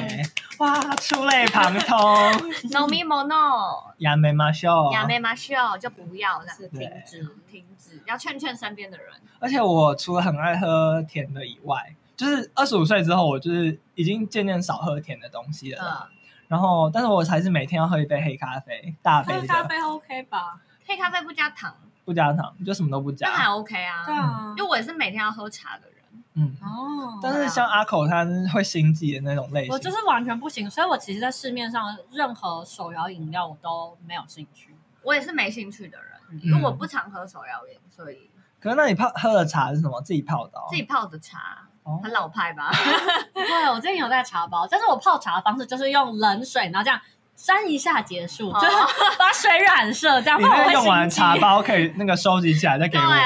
[SPEAKER 2] 哇，触类旁通，
[SPEAKER 1] ，nomi mono，
[SPEAKER 2] 亚美马秀，
[SPEAKER 1] 亚美马秀就不要了，
[SPEAKER 3] 是
[SPEAKER 2] 哦对
[SPEAKER 3] 停止。
[SPEAKER 1] 停止，要劝劝身边的人，
[SPEAKER 2] 而且我除了很爱喝甜的以外，就是二十五岁之后，我就是已经渐渐少喝甜的东西了啦。
[SPEAKER 1] 嗯，
[SPEAKER 2] 然后，但是我还是每天要喝一杯黑咖啡，大杯
[SPEAKER 3] 喝
[SPEAKER 2] 的。
[SPEAKER 3] 咖啡 OK 吧？
[SPEAKER 1] 黑咖啡不加糖，
[SPEAKER 2] 不加糖，就什么都不加
[SPEAKER 1] 那。还 OK 啊。
[SPEAKER 3] 对啊
[SPEAKER 1] 因，为我也是每天要喝茶的人。
[SPEAKER 2] 嗯，
[SPEAKER 3] 哦
[SPEAKER 2] 但是像阿口他是会心悸的那种类型，
[SPEAKER 3] 我就是完全不行，所以我其实，在市面上任何手摇饮料我都没有兴趣。
[SPEAKER 1] 我也是没兴趣的人，
[SPEAKER 3] 嗯
[SPEAKER 1] 因为我不常喝手摇饮，所以
[SPEAKER 2] 可是那你泡喝的茶是什么？自己泡的、哦？
[SPEAKER 1] 自己泡的茶、
[SPEAKER 2] 哦
[SPEAKER 1] 很老派吧？
[SPEAKER 3] 对，我之前有带茶包，但是我泡茶的方式就是用冷水，然后这样沾一下结束，
[SPEAKER 1] 哦
[SPEAKER 3] 就是把水染色，
[SPEAKER 1] 啊
[SPEAKER 3] 这样
[SPEAKER 2] 你
[SPEAKER 3] 不然
[SPEAKER 2] 那
[SPEAKER 3] 我
[SPEAKER 2] 个
[SPEAKER 3] 会
[SPEAKER 2] 用完
[SPEAKER 3] 心
[SPEAKER 2] 茶
[SPEAKER 3] 悸。
[SPEAKER 2] 包可以那个收集起来再给
[SPEAKER 1] 对
[SPEAKER 2] 我，
[SPEAKER 1] 啊，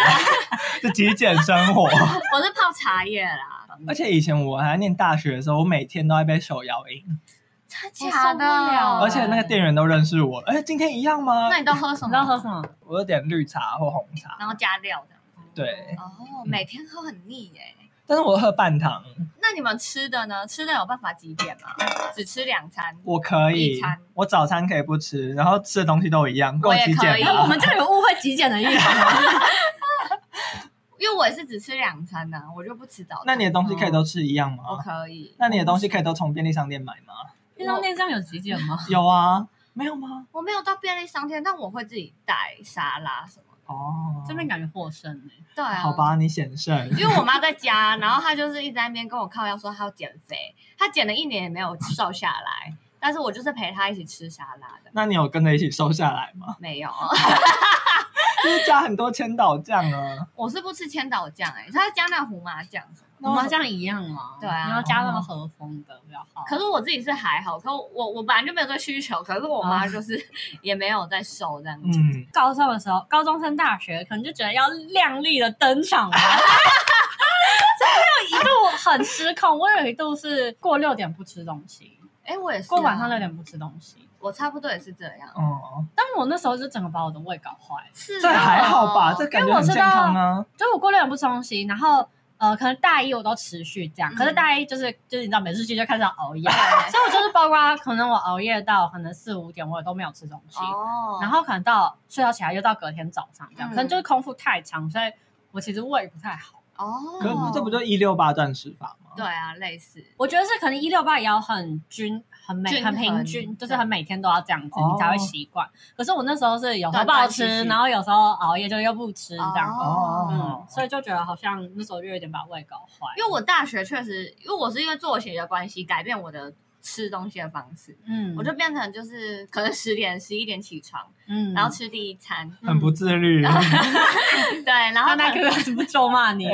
[SPEAKER 2] 就极简生活。
[SPEAKER 1] 我是泡茶叶啦。
[SPEAKER 2] 而且以前我还念大学的时候，我每天都在杯手摇
[SPEAKER 1] 哦
[SPEAKER 2] 饮，
[SPEAKER 1] 真
[SPEAKER 3] 我
[SPEAKER 1] 假
[SPEAKER 3] 受
[SPEAKER 1] 的？
[SPEAKER 3] 不了
[SPEAKER 2] 而且那个店员都认识我。哎、今天一样吗
[SPEAKER 1] 那？你都喝什
[SPEAKER 3] 你
[SPEAKER 1] 么？
[SPEAKER 3] 知道喝什么？
[SPEAKER 2] 我有点绿茶或红茶，
[SPEAKER 1] 然后加料的。
[SPEAKER 2] 对，
[SPEAKER 1] 哦，每天喝很腻耶、
[SPEAKER 2] 但是我喝半糖，
[SPEAKER 1] 那你们吃的呢？吃的有办法几点吗？只吃两餐？
[SPEAKER 2] 我可以
[SPEAKER 1] 一餐，
[SPEAKER 2] 我早餐可以不吃，然后吃的东西都一样，够
[SPEAKER 1] 我也
[SPEAKER 2] 极
[SPEAKER 1] 可以
[SPEAKER 2] 简
[SPEAKER 3] 然后
[SPEAKER 2] 了。
[SPEAKER 3] 我们这有误会极简的意思吗？
[SPEAKER 1] 因为我也是只吃两餐呐、我就不吃早餐。
[SPEAKER 2] 那你的东西可以都吃一样
[SPEAKER 1] 我
[SPEAKER 2] 吗？
[SPEAKER 1] 可以，
[SPEAKER 2] 那你的东西可以都从便利商店买吗？
[SPEAKER 3] 便当店这样有极简吗？
[SPEAKER 2] 有啊，没有吗？
[SPEAKER 1] 我没有到便利商店，但我会自己带沙拉什么的。
[SPEAKER 2] 哦，
[SPEAKER 3] 这边感觉获胜哎、
[SPEAKER 1] 对啊，
[SPEAKER 2] 好。吧，你险胜。
[SPEAKER 1] 因为我妈在家，然后她就是一直在那边跟我靠要说她要减肥，她减了一年也没有瘦下来，但是我就是陪她一起吃沙拉的，
[SPEAKER 2] 那你有跟着一起瘦下来吗？
[SPEAKER 1] 没有，
[SPEAKER 2] 就是加很多千岛酱啊。
[SPEAKER 1] 我是不吃千岛酱哎、她加那胡麻酱什么的，
[SPEAKER 2] 那
[SPEAKER 3] 我
[SPEAKER 2] 为什
[SPEAKER 3] 们
[SPEAKER 2] 么
[SPEAKER 3] 这样一样吗？
[SPEAKER 1] 对啊
[SPEAKER 3] 你要加那个和风的比较好。
[SPEAKER 1] 可是我自己是还好，可我我本来就没有这个需求，可是我妈就是 也没有在瘦这样子，
[SPEAKER 2] 嗯，
[SPEAKER 3] 高中的时候，高中升大学，可能就觉得要靓丽的登场 了。真的有一度很失控，我有一度是过六点不吃东西，
[SPEAKER 1] 哎、我也是、啊、
[SPEAKER 3] 过晚上六，点不吃东西。
[SPEAKER 1] 我差不多也是这样，
[SPEAKER 2] 哦，
[SPEAKER 3] 但我那时候就整个把我的胃搞坏，
[SPEAKER 1] 是
[SPEAKER 2] 这还好吧？
[SPEAKER 1] 哦
[SPEAKER 2] 这感觉很健康啊。
[SPEAKER 3] 就我过六点不吃东西，然后呃，可能大一我都持续这样，
[SPEAKER 1] 嗯
[SPEAKER 3] 可是大一就是就是你知道每日剧就开始要熬夜，
[SPEAKER 1] 对
[SPEAKER 3] 所以我就是包括可能我熬夜到可能四五点，我也都没有吃东西。
[SPEAKER 1] 哦，
[SPEAKER 3] 然后可能到睡觉起来又到隔天早上这样，
[SPEAKER 1] 嗯
[SPEAKER 3] 可能就是空腹太长，所以我其实胃不太好。
[SPEAKER 1] 哦，
[SPEAKER 2] 可是这不就一六八断食法吗？
[SPEAKER 1] 对啊，类似
[SPEAKER 3] 我觉得是可能一六八也要很均、很每、
[SPEAKER 1] 均
[SPEAKER 3] 很
[SPEAKER 1] 衡
[SPEAKER 3] 平均，就是
[SPEAKER 1] 对
[SPEAKER 3] 很每天都要这样子，
[SPEAKER 2] 哦
[SPEAKER 3] 你才会习惯。可是我那时候是有时候
[SPEAKER 1] 断
[SPEAKER 3] 暴
[SPEAKER 1] 断
[SPEAKER 3] 吃，
[SPEAKER 1] 续续
[SPEAKER 3] 然后有时候熬夜就又不吃这样。
[SPEAKER 1] 哦
[SPEAKER 3] 嗯，所以就觉得好像那时候就有点把胃搞坏，
[SPEAKER 1] 因为我大学确实，因为我是因为作息的关系改变我的吃东西的方式，
[SPEAKER 3] 嗯，
[SPEAKER 1] 我就变成就是可能十点十一点起床，
[SPEAKER 3] 嗯，
[SPEAKER 1] 然后吃第一餐，
[SPEAKER 2] 很不自律。嗯
[SPEAKER 1] 对，然后
[SPEAKER 3] 那
[SPEAKER 1] 可
[SPEAKER 3] 那
[SPEAKER 1] 能
[SPEAKER 3] 个 怎么咒骂你？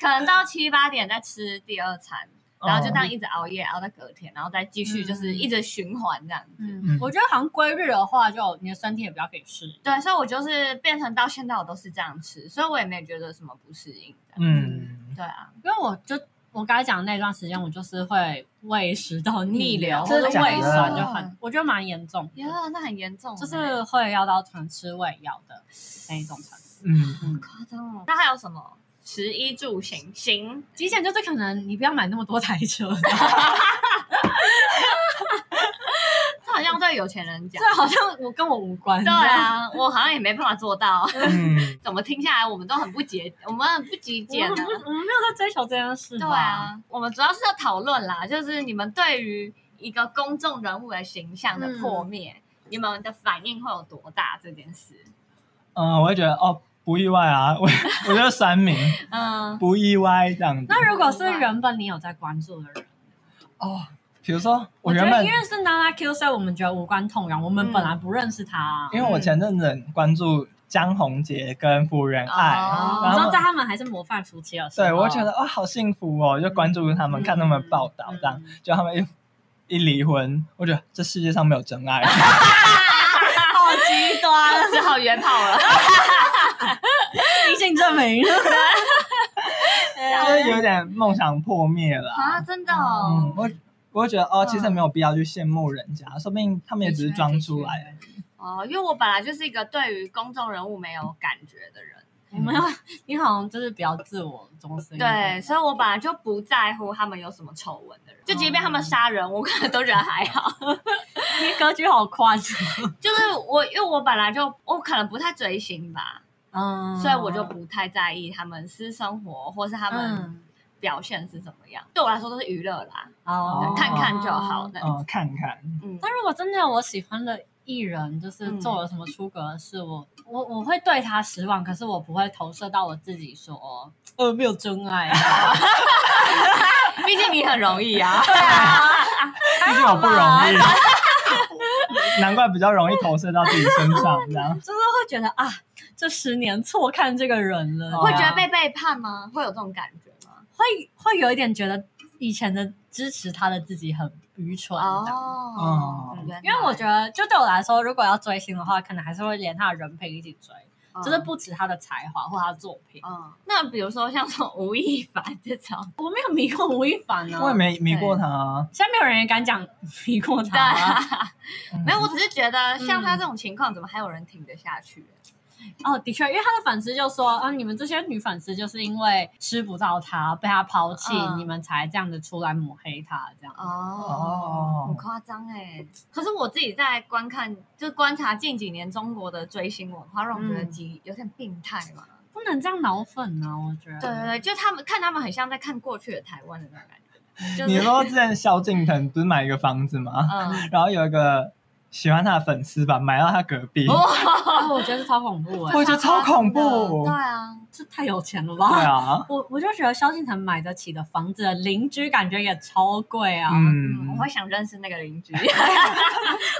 [SPEAKER 1] 可能到七八点再吃第二餐，然后就这样
[SPEAKER 2] 哦。
[SPEAKER 1] 一直熬夜熬到隔天，然后再继续
[SPEAKER 3] 嗯
[SPEAKER 1] 就是一直循环这样子。
[SPEAKER 3] 嗯，我觉得好像规律的话，就你的身体也比较可以适应。
[SPEAKER 1] 对，所以我就是变成到现在我都是这样吃，所以我也没有觉得什么不适应这样。
[SPEAKER 2] 嗯，
[SPEAKER 1] 对啊，
[SPEAKER 3] 因为我就我刚才讲的那段时间，我就是会胃食道逆流
[SPEAKER 1] 逆流
[SPEAKER 3] 或者
[SPEAKER 2] 真的
[SPEAKER 3] 胃
[SPEAKER 2] 假
[SPEAKER 3] 酸，
[SPEAKER 2] 的
[SPEAKER 3] 就很我觉得蛮严重
[SPEAKER 1] 呀、
[SPEAKER 3] 的，
[SPEAKER 1] 那很严
[SPEAKER 3] 哦
[SPEAKER 1] 重欸，
[SPEAKER 3] 就是会要到常吃胃药的那一种程度。
[SPEAKER 2] 嗯，
[SPEAKER 3] 嗯，
[SPEAKER 1] 夸张哦。那还有什么？食衣住行，行，
[SPEAKER 3] 极简就是可能你不要买那么多台 车，
[SPEAKER 1] 这好像对有钱人讲。
[SPEAKER 3] 这好像我跟我无关。
[SPEAKER 1] 对，啊，我好像也没办法做到。
[SPEAKER 2] 嗯，
[SPEAKER 1] 怎么听下来，我们都很不节，我们很不极
[SPEAKER 3] 我
[SPEAKER 1] 简
[SPEAKER 3] 们
[SPEAKER 1] 啊
[SPEAKER 3] 不。我们没有在追求这件事。
[SPEAKER 1] 对，啊，我们主要是要讨论啦，就是你们对于一个公众人物的形象的破灭，你们的反应会有多大这件事？
[SPEAKER 2] 嗯，我会觉得哦，不意外啊。我 我觉得三名
[SPEAKER 1] 嗯，
[SPEAKER 2] 不意外这样子。
[SPEAKER 3] 那如果是原本你有在关注的人，
[SPEAKER 2] 哦，比如说我
[SPEAKER 3] 觉
[SPEAKER 2] 原
[SPEAKER 3] 得
[SPEAKER 2] 本
[SPEAKER 3] 因为是娜娜 Q，所以我们觉得无关痛痒，我们本来不认识他。
[SPEAKER 2] 因为我前阵子很关注江宏杰跟福原爱，
[SPEAKER 1] 哦
[SPEAKER 3] 你
[SPEAKER 2] 然
[SPEAKER 3] 知
[SPEAKER 2] 后
[SPEAKER 3] 道在他们还是模范夫妻的时候，
[SPEAKER 2] 对我觉得哇，好幸福哦，就关注他们，看他们报道这样。
[SPEAKER 3] 哦嗯
[SPEAKER 2] 就他们一一离婚，我觉得这世界上没有真爱。
[SPEAKER 3] 好
[SPEAKER 2] 啊
[SPEAKER 3] 极端，
[SPEAKER 1] 啊只好约炮了。
[SPEAKER 3] 阴性证 明。啊
[SPEAKER 2] 就是有点梦想破灭了。
[SPEAKER 1] 啊，真的哦，
[SPEAKER 2] 嗯，我我会觉得哦，
[SPEAKER 1] 嗯
[SPEAKER 2] 其实没有必要去羡慕人家，说不定他们也只是装出来。啊
[SPEAKER 3] 的确。
[SPEAKER 1] 哦，因为我本来就是一个对于公众人物没有感觉的人，
[SPEAKER 3] 我们要，你好像就是比较自我中心一
[SPEAKER 1] 对，
[SPEAKER 3] 点。
[SPEAKER 1] 所以我本来就不在乎他们有什么丑闻的人，就即便他们杀人，我可能都觉得还好。
[SPEAKER 3] 你格局好宽。
[SPEAKER 1] 就是我，因为我本来就我可能不太追星吧，
[SPEAKER 3] 嗯
[SPEAKER 1] 所以我就不太在意他们私生活或是他们
[SPEAKER 3] 嗯
[SPEAKER 1] 表现是怎么样。对我来说都是娱乐啦，
[SPEAKER 3] 哦
[SPEAKER 1] 看看就好。
[SPEAKER 3] 的。
[SPEAKER 1] 的。
[SPEAKER 2] 嗯，看看，
[SPEAKER 1] 嗯，
[SPEAKER 3] 但如果真的有我喜欢的艺人就是
[SPEAKER 2] 嗯
[SPEAKER 3] 做了什么出格的事，我我我会对他失望，可是我不会投射到我自己说，呃，没有真爱 啊，
[SPEAKER 1] 毕竟你很容易 啊。
[SPEAKER 2] 毕竟我不容易，难怪比较容易 投射到自己身上，这 样。
[SPEAKER 3] 就是会觉得啊，这十年错看这个人了，
[SPEAKER 2] 哦
[SPEAKER 1] 会
[SPEAKER 3] 这
[SPEAKER 1] 觉
[SPEAKER 3] 样
[SPEAKER 1] 得被背叛吗？会有这种感觉吗？
[SPEAKER 3] 会会有一点觉得以前的支持他的自己很愚蠢这样
[SPEAKER 1] 哦
[SPEAKER 2] 哦嗯，
[SPEAKER 3] 因为我觉得，就对我来说，如果要追星的话，可能还是会连他的人品一起追，
[SPEAKER 1] 得
[SPEAKER 3] 就是，不止他的才华或他的作品。
[SPEAKER 1] 嗯，那比如说像这种吴亦凡这种，
[SPEAKER 3] 我没有迷惑吴亦凡呢、
[SPEAKER 2] 我也没迷过他啊，
[SPEAKER 3] 现在没有人也敢讲迷惑
[SPEAKER 1] 对
[SPEAKER 3] 他、
[SPEAKER 1] 啊
[SPEAKER 3] 啊。，
[SPEAKER 2] 嗯
[SPEAKER 1] 没有，我只是觉得像他这种情况，怎么还有人挺得下去？
[SPEAKER 3] 哦，的确，因为他的粉丝就说，啊，你们这些女粉丝就是因为吃不到他，被他抛弃，
[SPEAKER 1] 嗯
[SPEAKER 3] 你们才这样子出来抹黑他，这样。
[SPEAKER 1] 哦
[SPEAKER 2] 哦
[SPEAKER 1] 很夸张哎。可是我自己在观看，就观察近几年中国的追星文化，让我觉得
[SPEAKER 3] 嗯
[SPEAKER 1] 几有点病态嘛。
[SPEAKER 3] 不能这样脑粉啊，我觉得。
[SPEAKER 1] 对对对，就他们看他们很像在看过去的台湾的那种感觉，就
[SPEAKER 2] 你
[SPEAKER 1] 是
[SPEAKER 2] 说之前萧敬腾不是买一个房子吗？
[SPEAKER 1] 嗯，
[SPEAKER 2] 然后有一个喜欢他的粉丝吧，买到他隔壁，
[SPEAKER 1] 哦
[SPEAKER 3] 啊，我觉得是超恐怖哎、
[SPEAKER 2] 我觉得超恐怖
[SPEAKER 1] 对。啊，
[SPEAKER 3] 这太有钱了吧？
[SPEAKER 2] 对啊，
[SPEAKER 3] 我我就觉得萧敬腾买得起的房子，邻居感觉也超贵啊。
[SPEAKER 1] 嗯，我
[SPEAKER 2] 嗯，
[SPEAKER 1] 会想认识那个邻居，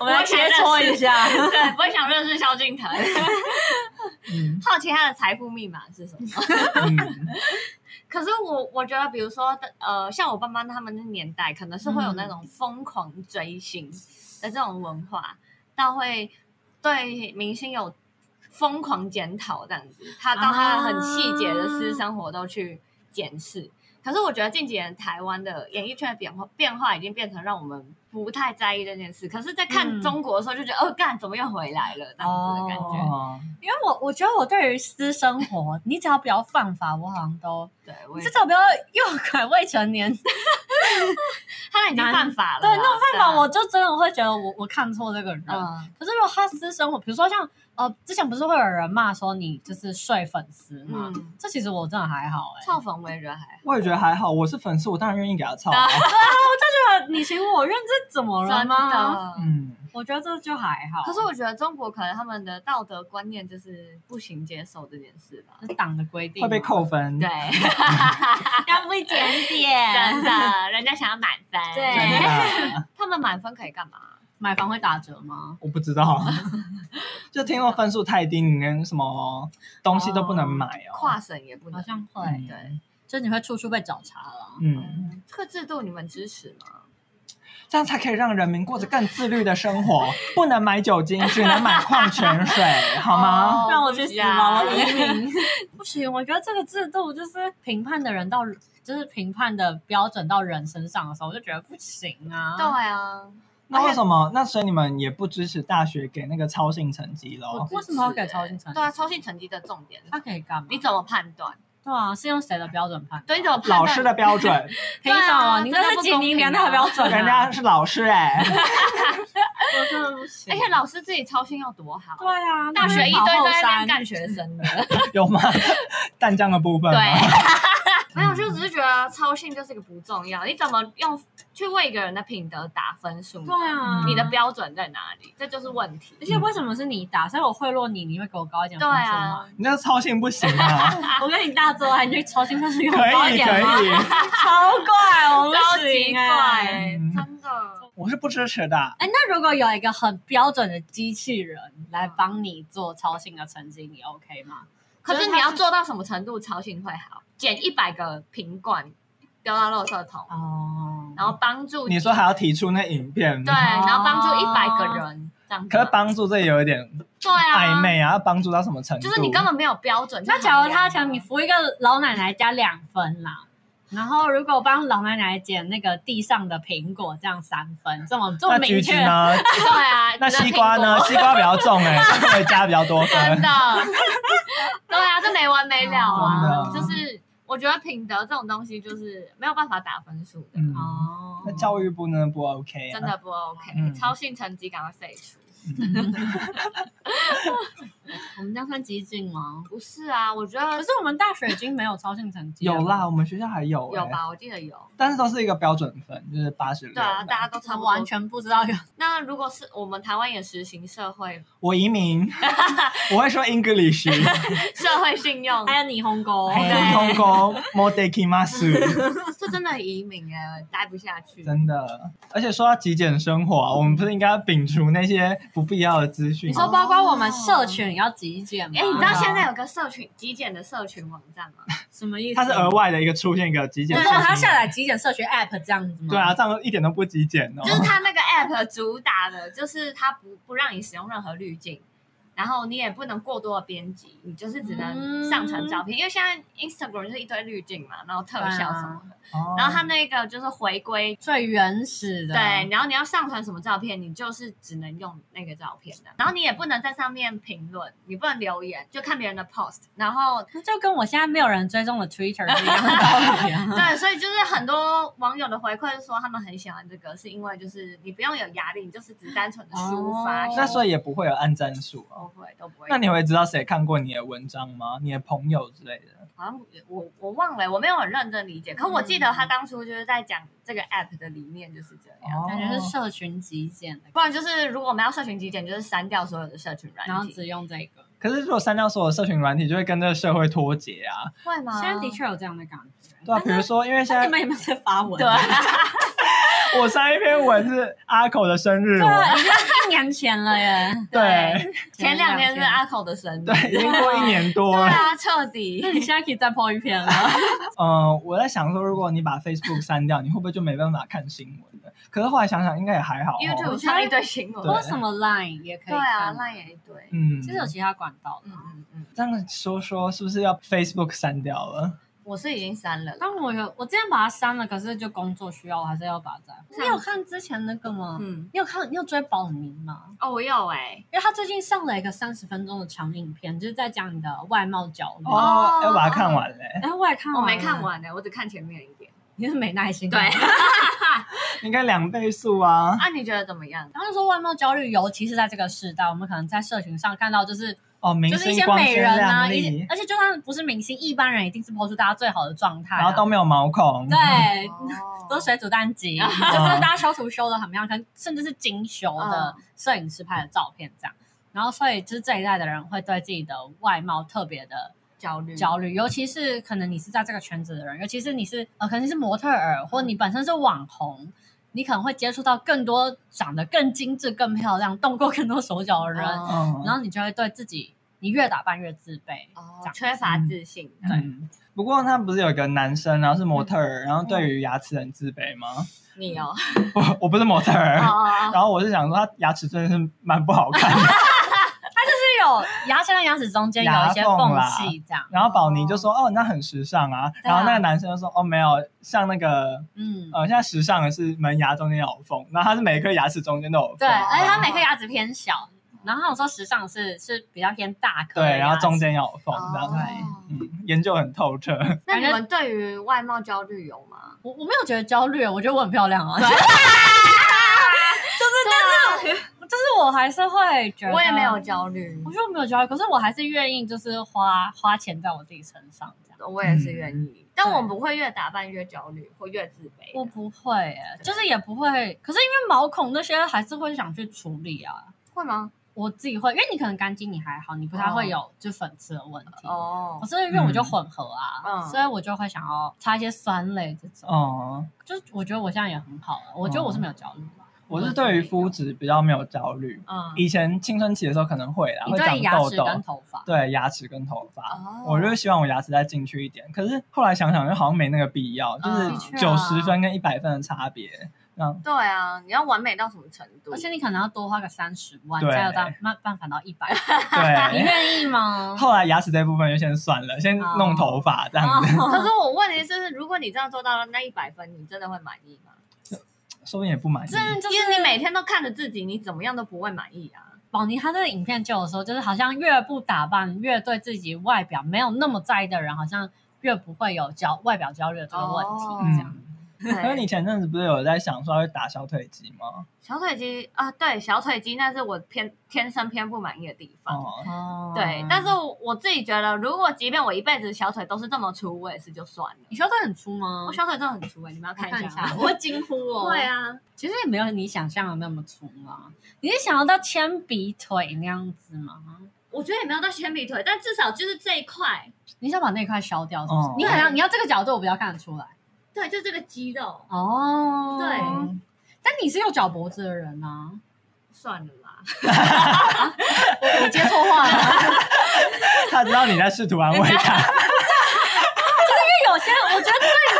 [SPEAKER 3] 我们来切磋一下。
[SPEAKER 1] 对，不会想认识萧敬腾，
[SPEAKER 2] 嗯
[SPEAKER 1] 好奇他的财富密码是什么。
[SPEAKER 2] 嗯
[SPEAKER 1] 可是我我觉得，比如说，呃，像我爸妈他们那年代，可能是会有那种疯狂追星的这种文化，到会对明星有疯狂检讨这样子，他到他很细节的私生活都去检视。可是我觉得近几年台湾的演艺圈的变化变化已经变成让我们不太在意这件事。可是，在看
[SPEAKER 3] 嗯
[SPEAKER 1] 中国的时候就觉得，哦，干怎么又回来了这样子的感觉。
[SPEAKER 3] 嗯
[SPEAKER 2] 哦，
[SPEAKER 3] 因为我我觉得我对于私生活，你只要不要犯法，我好像都
[SPEAKER 1] 对，我也
[SPEAKER 3] 至少不要诱拐未成年。对，
[SPEAKER 1] 他那已经
[SPEAKER 3] 男
[SPEAKER 1] 犯法了啦，
[SPEAKER 3] 那种犯法，
[SPEAKER 1] 对啊
[SPEAKER 3] 我就真的会觉得我我看错这个人。
[SPEAKER 1] 嗯。
[SPEAKER 3] 可是如果他私生活，比如说像呃，之前不是会有人骂说你就是睡粉丝嘛？
[SPEAKER 1] 嗯
[SPEAKER 3] 这其实我真的还好哎、
[SPEAKER 1] 臭粉我也觉得还
[SPEAKER 2] 我也觉得还好，我是粉丝，我当然愿意给他操啊。
[SPEAKER 3] 这个你情我愿，这怎么
[SPEAKER 1] 好，啊
[SPEAKER 3] 了
[SPEAKER 1] 真
[SPEAKER 3] 吗？
[SPEAKER 1] 的。
[SPEAKER 2] 嗯，
[SPEAKER 3] 我觉得这就还好。
[SPEAKER 1] 可是我觉得中国可能他们的道德观念就是不行接受这件事吧。
[SPEAKER 3] 是党的规定
[SPEAKER 2] 会被
[SPEAKER 3] 嘛
[SPEAKER 2] 扣分。
[SPEAKER 1] 对，
[SPEAKER 3] 要不一点
[SPEAKER 1] 真
[SPEAKER 3] 点。
[SPEAKER 1] 的，人家想要满分。
[SPEAKER 3] 对
[SPEAKER 2] 真的，
[SPEAKER 1] 他们满分可以干嘛？
[SPEAKER 3] 买房会打折吗？
[SPEAKER 2] 啊我不知 道，就听说分数太低，你连什么东西都不能买哦。
[SPEAKER 1] 跨省也不
[SPEAKER 3] 好
[SPEAKER 1] 能。
[SPEAKER 3] 像会，
[SPEAKER 2] 嗯
[SPEAKER 1] 对，
[SPEAKER 3] 就你会处处被找茬了。
[SPEAKER 2] 嗯，
[SPEAKER 1] 这个制度你们支持吗？
[SPEAKER 2] 这样才可以让人民过着更自律的生活，不能买酒精，只能买矿泉水，好吗？
[SPEAKER 1] 哦
[SPEAKER 3] 让我去死吧，
[SPEAKER 1] 不
[SPEAKER 3] 我
[SPEAKER 1] 行
[SPEAKER 3] 移民 不行。我觉得这个制度就是评判的人到，就是评判的标准到人身上的时候，我就觉得不行啊。
[SPEAKER 1] 对啊，
[SPEAKER 2] 那为什么？那所以你们也不支持大学给那个超性成绩喽？
[SPEAKER 3] 为什么要给超性成绩
[SPEAKER 1] 对啊，超性成绩的重点是什
[SPEAKER 3] 他
[SPEAKER 1] 么，
[SPEAKER 3] 可以干嘛？
[SPEAKER 1] 你怎么判断？
[SPEAKER 3] 对啊，是用谁的标准判？
[SPEAKER 1] 对，你怎么判断
[SPEAKER 2] 老师的标 准，
[SPEAKER 3] 凭什么？
[SPEAKER 1] 对啊
[SPEAKER 3] 你
[SPEAKER 1] 真的
[SPEAKER 3] 这
[SPEAKER 1] 不
[SPEAKER 3] 是几
[SPEAKER 1] 公平啊
[SPEAKER 3] 零年代的标准啊？
[SPEAKER 2] 人家是老师哎、
[SPEAKER 3] 我真的不行
[SPEAKER 1] 而且老师自己超性要多好？
[SPEAKER 3] 对啊，
[SPEAKER 1] 大学一堆
[SPEAKER 3] 都
[SPEAKER 1] 在那边干学生的。
[SPEAKER 2] 有吗？淡江的部分吗，
[SPEAKER 1] 对，没
[SPEAKER 2] 嗯
[SPEAKER 1] 有，就只是觉得操性就是一个不重要，你怎么用去为一个人的品德打分数？
[SPEAKER 3] 对，啊，
[SPEAKER 1] 你的标准在哪里？这就是问题。
[SPEAKER 3] 而且为什么是你打？所以我贿赂你，你会给我高一点
[SPEAKER 1] 对
[SPEAKER 3] 分数吗？
[SPEAKER 1] 啊，
[SPEAKER 2] 你那个超性不行啊！
[SPEAKER 3] 我跟你大作啊，你去超新分数给我高
[SPEAKER 2] 可
[SPEAKER 3] 一
[SPEAKER 2] 以
[SPEAKER 3] 点
[SPEAKER 2] 可
[SPEAKER 1] 啊
[SPEAKER 3] 吗？
[SPEAKER 2] 以，
[SPEAKER 3] 超怪，我不
[SPEAKER 1] 超级
[SPEAKER 3] 行
[SPEAKER 1] 怪
[SPEAKER 3] 哎、，
[SPEAKER 2] 嗯
[SPEAKER 1] 真的。
[SPEAKER 2] 我是不支持的。
[SPEAKER 3] 哎，那如果有一个很标准的机器人来帮你做超新的成绩，你 OK 吗？
[SPEAKER 1] 可
[SPEAKER 3] 就是是
[SPEAKER 1] 你
[SPEAKER 3] 它
[SPEAKER 1] 要
[SPEAKER 3] 是
[SPEAKER 1] 做到什么程度操性会好？捡一百个瓶罐丢到垃圾桶，
[SPEAKER 3] 哦，
[SPEAKER 1] 然后帮助
[SPEAKER 2] 你说还要提出那影片，
[SPEAKER 1] 对，然后帮助一百个人这样子
[SPEAKER 2] 可
[SPEAKER 1] 吗。
[SPEAKER 2] 是帮助这有一点
[SPEAKER 1] 对啊
[SPEAKER 2] 暧，昧啊，要帮助到什么程度？
[SPEAKER 1] 就是你根本没有标准去
[SPEAKER 3] 那
[SPEAKER 1] 衡量。
[SPEAKER 3] 假如他想你扶一个老奶奶加两分啦。然后，如果帮老奶奶捡那个地上的苹果，这样三分，这么这么
[SPEAKER 2] 那
[SPEAKER 3] 明
[SPEAKER 2] 橘子
[SPEAKER 3] 确，
[SPEAKER 2] 呢？
[SPEAKER 1] 对啊，
[SPEAKER 2] 那
[SPEAKER 1] 你的
[SPEAKER 2] 西瓜
[SPEAKER 1] 苹
[SPEAKER 2] 呢？
[SPEAKER 1] 果
[SPEAKER 2] 西瓜比较重哎、欸，西瓜会加比较多
[SPEAKER 1] 真
[SPEAKER 2] 分
[SPEAKER 1] 的，。对啊，这没完没了啊！
[SPEAKER 2] 真的
[SPEAKER 1] 就是我觉得品德这种东西，就是没有办法打分数的，
[SPEAKER 2] 嗯，
[SPEAKER 3] 哦，
[SPEAKER 2] 那教育部呢不 OK 啊？
[SPEAKER 1] 真的不 OK、
[SPEAKER 2] 嗯
[SPEAKER 1] 超性成绩赶快废除，
[SPEAKER 3] 我们这样算激进吗？
[SPEAKER 1] 不是啊，我觉
[SPEAKER 3] 可
[SPEAKER 1] 得
[SPEAKER 3] 是我们大学已经没有超性成绩了啊
[SPEAKER 2] 有啦，，我们学校还有、欸，
[SPEAKER 1] 有？吧，我记得有。
[SPEAKER 2] 但是都是一个标准分，就是八十六。
[SPEAKER 1] 对啊，大家都差
[SPEAKER 3] 他
[SPEAKER 1] 不
[SPEAKER 3] 完
[SPEAKER 1] 多。
[SPEAKER 3] 全不知道有
[SPEAKER 1] 那如果是我们台湾也实行社会
[SPEAKER 2] 我 移民，我会说 English，
[SPEAKER 1] 社会信用，
[SPEAKER 2] 哎
[SPEAKER 3] 还有霓虹沟，
[SPEAKER 1] 对
[SPEAKER 2] 通过 m o d e k i m a s u
[SPEAKER 1] 这真的移民哎，待不下去。
[SPEAKER 2] 真的。而且说到极简生活啊，我们不是应该要摒除那些不必要的资讯
[SPEAKER 3] 你
[SPEAKER 2] 吗？
[SPEAKER 3] 说包括我们社群也要极简
[SPEAKER 2] 哦
[SPEAKER 3] 吗？
[SPEAKER 1] 哎，你知道现在有个社群极简的社群网站吗？
[SPEAKER 3] 什么意思？
[SPEAKER 2] 它是额外的一个出现一个极简
[SPEAKER 3] 对，
[SPEAKER 2] 社
[SPEAKER 3] 就
[SPEAKER 2] 群
[SPEAKER 3] 是
[SPEAKER 2] 网，
[SPEAKER 3] 他下载极简社群 app 这样子吗？
[SPEAKER 2] 对啊，，这样一点都不极简哦。
[SPEAKER 1] 就是它那个 app 主打的，就是它不不让你使用任何滤镜，然后你也不能过多的编辑，你就是只能上传照
[SPEAKER 2] 嗯
[SPEAKER 1] 片，因为现在 Instagram 就是一堆滤镜嘛，然后特效什么的，
[SPEAKER 2] 哦
[SPEAKER 1] 然后它那个就是回归。
[SPEAKER 3] 最原始的，
[SPEAKER 2] 啊
[SPEAKER 1] 对，，然后你要上传什么照片，你就是只能用那个照片的，然后你也不能在上面评论，你不能留言，就看别人的 post。然 后，
[SPEAKER 3] 那就跟我现在没有人追踪的 Twitter 是一样的道 理啊。
[SPEAKER 1] 对，所以就是很多网友的回馈是说他们很喜欢这个，是因为就是你不用有压力，你就是只单纯的抒发。
[SPEAKER 3] 哦
[SPEAKER 2] 那所以也不会有按赞数
[SPEAKER 1] 都
[SPEAKER 2] 哦。
[SPEAKER 1] 不会，都不会。
[SPEAKER 2] 那你会知道谁看过你的文章吗？你的朋友之类的？
[SPEAKER 1] 好像我我忘了，我没有很认真理解，可我记得他当初就是在讲这个 app 的理念就是这样。
[SPEAKER 2] 哦
[SPEAKER 3] 啊感觉是社群极简的，
[SPEAKER 1] 不然就是，如果我们要社群极简，就是删掉所有的社群软
[SPEAKER 3] 然后
[SPEAKER 1] 体，
[SPEAKER 3] 只用这个。
[SPEAKER 2] 可是如果删掉所有社群软体，就会跟这个社会脱节啊。
[SPEAKER 1] 会吗？
[SPEAKER 3] 现在的确有这样的感觉。
[SPEAKER 2] 对啊，比如说，因为 现
[SPEAKER 3] 那
[SPEAKER 2] 在
[SPEAKER 3] 你们有没有在发文？ 啊
[SPEAKER 1] 对，
[SPEAKER 2] 我上一篇文是阿口的生 日
[SPEAKER 3] 对啊，
[SPEAKER 2] 文，
[SPEAKER 3] 已经一年前了 耶。
[SPEAKER 2] 对
[SPEAKER 1] 前两天是哦阿口的生 日，
[SPEAKER 2] 对，已经过一年多了。
[SPEAKER 1] 对啊，彻底
[SPEAKER 3] 那你现在可以再 po 一篇了。
[SPEAKER 2] 嗯，我在想说，如果你把 Facebook 删掉，你会不会就没办法看新闻了？可是后来想想，应该也还好、
[SPEAKER 1] YouTube
[SPEAKER 2] 哦。
[SPEAKER 1] 上一堆新 闻，
[SPEAKER 2] 对
[SPEAKER 3] 为什么 Line 也可以
[SPEAKER 1] 对啊，
[SPEAKER 3] 看？
[SPEAKER 1] 烂也一堆，
[SPEAKER 2] 嗯，
[SPEAKER 3] 其实有其他管道的
[SPEAKER 1] 嗯。嗯嗯，
[SPEAKER 2] 这样说说，是不是要 Facebook 删掉了？
[SPEAKER 1] 我是已经删了啦，
[SPEAKER 3] 但我有，我之前把它删了，可是就工作需要，我还是要把它再。你有看之前那个吗？
[SPEAKER 1] 嗯，
[SPEAKER 3] 你有看？你有追宝宁吗？
[SPEAKER 1] 哦，我有哎，
[SPEAKER 3] 因为他最近上了一个三十分钟的长影片，就是在讲你的外貌焦虑。
[SPEAKER 2] 哦，要把它看完嘞、
[SPEAKER 3] 哎，我也看
[SPEAKER 1] 我
[SPEAKER 3] 完，
[SPEAKER 1] 没看，完哎，我只看前面一点，
[SPEAKER 3] 你是没耐心。
[SPEAKER 1] 对，
[SPEAKER 2] 应该两倍速啊。
[SPEAKER 1] 啊，你觉得怎么 样？
[SPEAKER 3] 然后就说外貌焦虑，尤其是在这个时代，我们可能在社群上看到，就是
[SPEAKER 2] 哦，明
[SPEAKER 3] 就是一
[SPEAKER 2] 星
[SPEAKER 3] 些
[SPEAKER 2] 光
[SPEAKER 3] 美
[SPEAKER 2] 鲜
[SPEAKER 3] 人啊，
[SPEAKER 2] 亮
[SPEAKER 3] 一些
[SPEAKER 2] 丽，
[SPEAKER 3] 而且就算不是明星，一般人一定是抛出大家最好的状态啊、
[SPEAKER 2] 然后都没有毛孔。
[SPEAKER 3] 对，
[SPEAKER 1] 哦
[SPEAKER 3] 都是水煮蛋集，就是大家修图修的很漂亮，可能甚至是精修的摄影师拍的照片这样。然后，所以就是这一代的人会对自己的外貌特别的
[SPEAKER 1] 焦虑，
[SPEAKER 3] 焦虑，尤其是可能你是在这个圈子的人，尤其是你是呃，可能是模特儿，或你本身是网红，你可能会接触到更多长得更精致、更漂亮、动过更多手脚的人，
[SPEAKER 1] 哦
[SPEAKER 2] 嗯，
[SPEAKER 3] 然后你就会对自己，你越打扮越自卑。
[SPEAKER 1] 哦
[SPEAKER 3] 这，样
[SPEAKER 1] 缺乏自信，
[SPEAKER 2] 嗯。不过他不是有一个男生，然后是模特儿，然后对于牙齿很自卑吗？
[SPEAKER 1] 你 哦，
[SPEAKER 2] 我我不是模特儿，
[SPEAKER 1] 哦哦哦
[SPEAKER 2] 然后我是想说他牙齿真的是蛮不好看的。
[SPEAKER 3] 是有牙齿跟牙齿中间有一些
[SPEAKER 2] 牙缝
[SPEAKER 3] 缝
[SPEAKER 2] 啦
[SPEAKER 3] 隙这样，
[SPEAKER 2] 然后宝妮就说：“哦，那很时尚啊。”
[SPEAKER 3] 对啊
[SPEAKER 2] 然后那个男生就说：“哦，没有，像那个
[SPEAKER 3] 嗯，
[SPEAKER 2] 呃，现在时尚的是门牙中间有缝，然后他是每颗牙齿中间都有缝，
[SPEAKER 3] 对，哎而且它每颗牙齿偏小，然后我说时尚是是比较偏大颗的牙齿，
[SPEAKER 2] 对，然后中间有缝，这
[SPEAKER 1] 哦
[SPEAKER 2] 样嗯，研究很透彻。
[SPEAKER 1] 那
[SPEAKER 3] 感
[SPEAKER 1] 你
[SPEAKER 3] 觉
[SPEAKER 1] 们对于外貌焦虑有吗？
[SPEAKER 3] 我我没有觉得焦虑，我觉得我很漂亮啊， 就
[SPEAKER 1] 对
[SPEAKER 3] 是但是就是我还是会觉得
[SPEAKER 1] 我也没有，焦虑
[SPEAKER 3] 我，觉得我没有焦虑，可是我还是愿意就是花花钱在我自己身上这样。
[SPEAKER 1] 我也是愿
[SPEAKER 2] 嗯
[SPEAKER 1] 意，但
[SPEAKER 3] 嗯对
[SPEAKER 1] 我不会越打扮越焦虑，或越自卑的。
[SPEAKER 3] 我不会、欸，就是也不会，可是因为毛孔那些还是会想去处理啊。
[SPEAKER 1] 会吗？
[SPEAKER 3] 我自己会，因为你可能干净，你还好，你不太会有就粉刺的问题。
[SPEAKER 1] 哦
[SPEAKER 3] 可，是因为我就混合啊，
[SPEAKER 1] 嗯
[SPEAKER 3] 所以我就会想要擦一些酸类这种。
[SPEAKER 2] 哦，
[SPEAKER 3] 就是我觉得我现在也很好了，我觉得我是没有焦虑吧。
[SPEAKER 2] 我是对于肤质比较没有焦虑，
[SPEAKER 3] 嗯，
[SPEAKER 2] 以前青春期的时候可能会啦，
[SPEAKER 3] 你
[SPEAKER 2] 会
[SPEAKER 3] 对
[SPEAKER 2] 长
[SPEAKER 3] 牙
[SPEAKER 2] 痘
[SPEAKER 3] 齿
[SPEAKER 2] 痘，
[SPEAKER 3] 跟头发，
[SPEAKER 2] 对牙齿跟头发。
[SPEAKER 1] 哦
[SPEAKER 2] 我就是希望我牙齿再进去一点，可是后来想想，又好像没那个必要，就
[SPEAKER 1] 嗯的
[SPEAKER 2] 是
[SPEAKER 3] 确
[SPEAKER 2] 九
[SPEAKER 3] 啊
[SPEAKER 2] 十分跟一百分的差别， 让
[SPEAKER 1] 对啊，你要完美到什么程度？
[SPEAKER 3] 而且你可能要多花个三十万，
[SPEAKER 2] 对
[SPEAKER 3] 才有到办办法到一 百。你
[SPEAKER 2] 对，
[SPEAKER 3] 愿意 吗？
[SPEAKER 2] 后来牙齿这部分就先算了，先
[SPEAKER 1] 哦
[SPEAKER 2] 弄头发这样
[SPEAKER 3] 哦
[SPEAKER 2] 子，
[SPEAKER 1] 可是我问题是，如果你这样做到了那一百分，你真的会满意吗？
[SPEAKER 2] 说不定也不满意。
[SPEAKER 3] 真的就
[SPEAKER 1] 因为
[SPEAKER 3] 是
[SPEAKER 1] 你每天都看着自己，你怎么样都不会满意啊。
[SPEAKER 3] 宝妮，她这个影片就有说，就是好像越不打扮，越对自己外表没有那么在意的人，好像越不会有焦外表焦虑的这个问题。
[SPEAKER 1] 哦
[SPEAKER 3] 这样，
[SPEAKER 2] 嗯，可是
[SPEAKER 1] 对
[SPEAKER 2] 你前阵子不是有在想说要去打小腿肌吗？
[SPEAKER 1] 小腿肌啊，对，小腿肌那是我偏天生偏不满意的地方。
[SPEAKER 2] 哦，
[SPEAKER 3] 哦
[SPEAKER 1] 对，但是我我自己觉得，如果即便我一辈子小腿都是这么粗，我也是就算了。
[SPEAKER 3] 你小腿很粗吗？
[SPEAKER 1] 我小腿真的很粗哎、你们要
[SPEAKER 3] 我
[SPEAKER 1] 看一下吗。
[SPEAKER 3] 我会惊呼哦。
[SPEAKER 1] 对，啊，
[SPEAKER 3] 其实也没有你想象的那么粗啊。你是想要到铅笔腿那样子吗？
[SPEAKER 1] 我觉得也没有到铅笔腿，但至少就是这一块，
[SPEAKER 3] 你想把那块削掉是不是？
[SPEAKER 2] 哦
[SPEAKER 3] 你好像你要这个角度，我比较看得出来。
[SPEAKER 1] 对，就这个肌肉，
[SPEAKER 3] 哦，
[SPEAKER 1] 对
[SPEAKER 3] 但你是有脚脖子的人啊，
[SPEAKER 1] 算了啦。
[SPEAKER 3] 我接错话了。
[SPEAKER 2] 他知道你在试图安慰他，
[SPEAKER 3] 因为有些人我觉得最，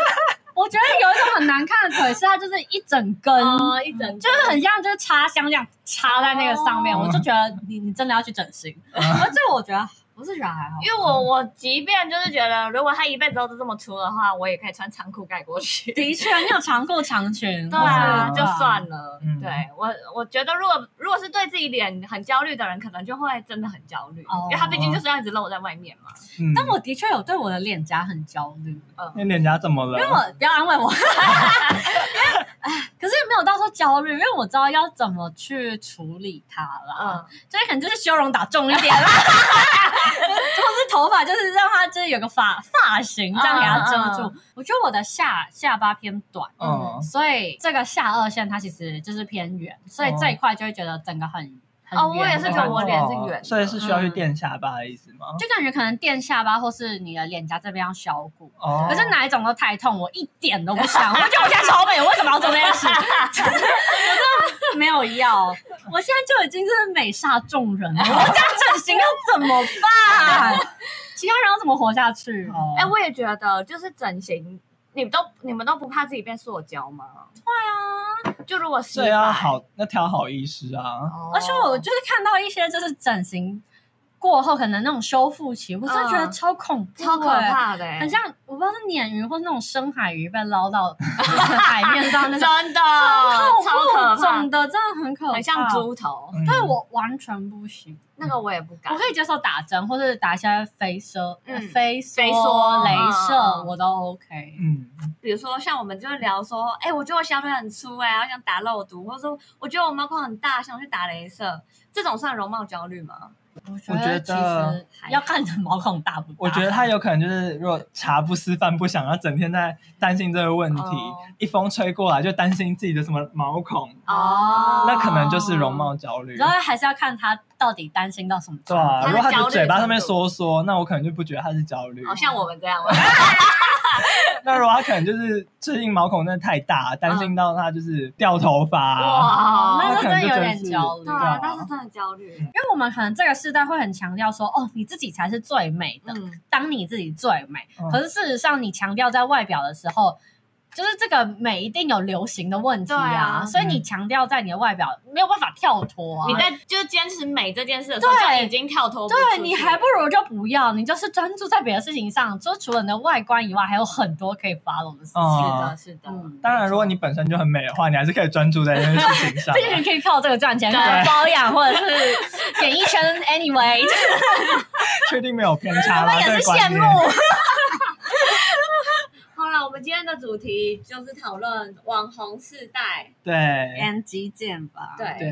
[SPEAKER 3] 我觉得有一种很难看的腿是它就是一整根，
[SPEAKER 1] 哦， 一整
[SPEAKER 3] 就是很像就是插香这样插在那个上面，
[SPEAKER 2] 哦
[SPEAKER 3] 我就觉得你你真的要去整形。而这个我觉得我是觉得还好，
[SPEAKER 1] 因为我我即便就是觉得，如果他一辈子都是这么粗的话，我也可以穿长裤盖过去。
[SPEAKER 3] 的确你有长裤长裙，
[SPEAKER 1] 对啊，
[SPEAKER 3] 我
[SPEAKER 1] 就
[SPEAKER 3] 知道
[SPEAKER 1] 算了。
[SPEAKER 2] 嗯
[SPEAKER 1] 对我，我觉得如果如果是对自己脸很焦虑的人，可能就会真的很焦虑，
[SPEAKER 3] 哦
[SPEAKER 1] 因为他毕竟就是要一直露在外面嘛。
[SPEAKER 2] 嗯，
[SPEAKER 3] 但我的确有对我的脸颊很焦虑，
[SPEAKER 2] 那脸颊怎么了？
[SPEAKER 3] 因为我不要安慰我， 因为哎可是也没有到说焦虑，因为我知道要怎么去处理它啦。
[SPEAKER 1] 嗯，
[SPEAKER 3] 所以可能就是修容打重一点 啦，或是头发就是让它就是有个发发型这样给它遮住。
[SPEAKER 1] 嗯
[SPEAKER 3] 我觉得我的下下巴偏短，
[SPEAKER 2] 嗯
[SPEAKER 3] 所以这个下颚线它其实就是偏圆，所以这一块就会觉得整个很很
[SPEAKER 1] 哦
[SPEAKER 3] 圆
[SPEAKER 1] 我也是
[SPEAKER 3] 的
[SPEAKER 1] 觉得
[SPEAKER 3] 感
[SPEAKER 1] 我脸是圆的
[SPEAKER 2] 哦所以是需要去垫下巴的意思吗？
[SPEAKER 3] 就感觉可能垫下巴或是你的脸颊这边要削骨。
[SPEAKER 2] 哦，
[SPEAKER 3] 可是哪一种都太痛，我一点都不 想。我觉得我现在超美，我为什么要做这件事？我真的没有要， 我现在就已经是美煞众人了。我这样整形要怎么 办？其他人要怎么活下去？
[SPEAKER 2] 哦，
[SPEAKER 1] 哎、我也觉得，就是整形，你们都你们都不怕自己变塑胶吗？对啊，就如果是
[SPEAKER 2] 这要，好，那挑好医师啊。
[SPEAKER 1] 哦
[SPEAKER 3] 而且我就是看到一些就是整形过后可能那种修复期，我真的觉得
[SPEAKER 1] 嗯
[SPEAKER 3] 超恐怖、
[SPEAKER 1] 超可
[SPEAKER 3] 欸。
[SPEAKER 1] 怕的、
[SPEAKER 3] 很像我不知道是鲶鱼或是那种深海鱼被捞到海面上那种，
[SPEAKER 1] 真的
[SPEAKER 3] 超
[SPEAKER 1] 超可
[SPEAKER 3] 重
[SPEAKER 1] 怕，
[SPEAKER 3] 的，真的很可怕，
[SPEAKER 1] 很像猪头，
[SPEAKER 2] 嗯
[SPEAKER 3] 对我完全不行，
[SPEAKER 1] 那个我也不敢
[SPEAKER 3] 我。可以接受打针或是打一些飞射、
[SPEAKER 1] 嗯
[SPEAKER 3] 飞
[SPEAKER 1] 飞梭
[SPEAKER 3] 镭射，
[SPEAKER 1] 嗯
[SPEAKER 3] 我都 OK。
[SPEAKER 2] 嗯，
[SPEAKER 1] 比如说像我们就会聊说，哎、我觉得我小腿很粗哎、我想打肉毒，或者说我觉得我毛孔很大，想去打镭射，这种算容貌焦虑吗？
[SPEAKER 3] 我
[SPEAKER 2] 我觉得
[SPEAKER 3] 其实要看你的毛孔大不大。
[SPEAKER 2] 我觉得他有可能就是，如果茶不思饭不想，要整天在担心这个问题，
[SPEAKER 1] 哦
[SPEAKER 2] 一风吹过来就担心自己的什么毛孔，
[SPEAKER 1] 哦
[SPEAKER 2] 那可能就是容貌焦虑。
[SPEAKER 3] 然后还是要看他到底担心到什么程度。
[SPEAKER 2] 对啊，
[SPEAKER 1] 他的
[SPEAKER 2] 如果他
[SPEAKER 1] 焦
[SPEAKER 2] 的
[SPEAKER 1] 虑
[SPEAKER 2] 嘴巴上面
[SPEAKER 1] 程度
[SPEAKER 2] 缩缩，那我可能就不觉得他是焦虑。
[SPEAKER 1] 好哦像我们这样，
[SPEAKER 2] 那如果他可能就是最近毛孔真的太大，担心到他就是掉头发啊、
[SPEAKER 3] 哦，那
[SPEAKER 1] 嗯
[SPEAKER 3] 就
[SPEAKER 1] 哇，
[SPEAKER 3] 真的有
[SPEAKER 2] 那可能
[SPEAKER 3] 点
[SPEAKER 2] 就真是
[SPEAKER 3] 焦虑。
[SPEAKER 1] 对
[SPEAKER 2] 啊
[SPEAKER 1] 啊，那是真的焦虑。
[SPEAKER 3] 因为我们可能这个世代会很强调说，哦，你自己才是最美的，
[SPEAKER 1] 嗯，
[SPEAKER 3] 当你自己最美。
[SPEAKER 2] 嗯
[SPEAKER 3] 可是事实上，你强调在外表的时候，就是这个美一定有流行的问题啊，
[SPEAKER 1] 对啊
[SPEAKER 3] 所以你强调在你的外表没有办法跳脱啊。
[SPEAKER 1] 你在就是坚持美这件事的时候，
[SPEAKER 3] 对
[SPEAKER 1] 就已经跳脱不出去
[SPEAKER 3] 对你还不如就不要，你就是专注在别的事情上。就除了你的外观以外，还有很多可以 follow 的事情。
[SPEAKER 1] 是
[SPEAKER 2] 嗯
[SPEAKER 1] 的，是的，
[SPEAKER 3] 嗯，
[SPEAKER 2] 当然，如果你本身就很美的话，你还是可以专注在这件事情上
[SPEAKER 3] 毕。竟你可以靠这个赚钱，
[SPEAKER 1] 对
[SPEAKER 3] 可能包养或者是演艺圈 ，anyway，
[SPEAKER 2] 确定没有偏差
[SPEAKER 3] 我
[SPEAKER 2] 啦，
[SPEAKER 3] 们也
[SPEAKER 2] 这
[SPEAKER 3] 是
[SPEAKER 2] 个
[SPEAKER 3] 羡
[SPEAKER 2] 观念。
[SPEAKER 3] 慕。
[SPEAKER 1] 好了，我们今天的主题就是讨论网红世代。
[SPEAKER 2] 对
[SPEAKER 3] N 极简吧
[SPEAKER 1] 对，
[SPEAKER 2] 对，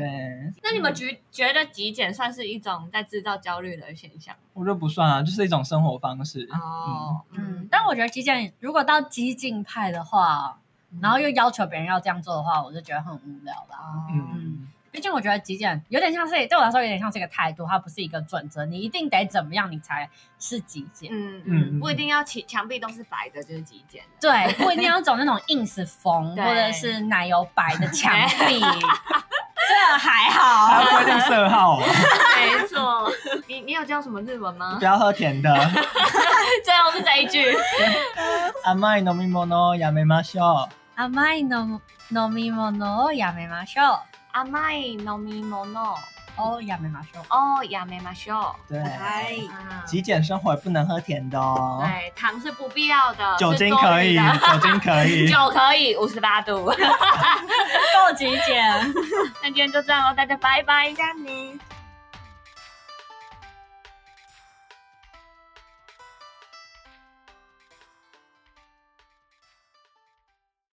[SPEAKER 1] 那你们觉觉得极简算是一种在制造焦虑的现象？
[SPEAKER 2] 我觉得不算啊，就是一种生活方式。
[SPEAKER 1] 哦，
[SPEAKER 3] 嗯，但我觉得极简，如果到激进派的话，然后又要求别人要这样做的话，我就觉得很无聊啦。
[SPEAKER 1] 嗯，
[SPEAKER 2] 嗯，
[SPEAKER 3] 毕竟我觉得极简有点像是对我来说有点像是一个态度，它不是一个准则，你一定得怎么样你才是极简。
[SPEAKER 1] 嗯
[SPEAKER 2] 嗯
[SPEAKER 1] 嗯，不一定要墙墙壁都是白的，就是极简的。
[SPEAKER 3] 对，不一定要走那种 ins 风，
[SPEAKER 1] 对
[SPEAKER 3] 或者是奶油白的墙壁， 这还好。
[SPEAKER 2] 还要规定色号哦，
[SPEAKER 1] 没错， 你你有教什么日文吗？
[SPEAKER 2] 不要喝甜的。
[SPEAKER 1] 最后是这一 句。
[SPEAKER 2] 甘い飲み物やめましょ
[SPEAKER 3] 甘いの飲み物をやめましょ
[SPEAKER 1] 甘い飲み物
[SPEAKER 3] う。哦，やめましょう。
[SPEAKER 1] をやめましょ
[SPEAKER 2] う。对，
[SPEAKER 1] う。嗯
[SPEAKER 2] 极简生活也不能喝甜的哦，
[SPEAKER 1] 对，糖是不必要的，
[SPEAKER 2] 酒
[SPEAKER 1] 是
[SPEAKER 2] 精
[SPEAKER 1] 多
[SPEAKER 2] 可以，
[SPEAKER 1] 余的
[SPEAKER 2] 酒精可以。
[SPEAKER 1] 酒可以五十八度。
[SPEAKER 3] 够极简。
[SPEAKER 1] 那今天就这样喽，大家拜拜，加你。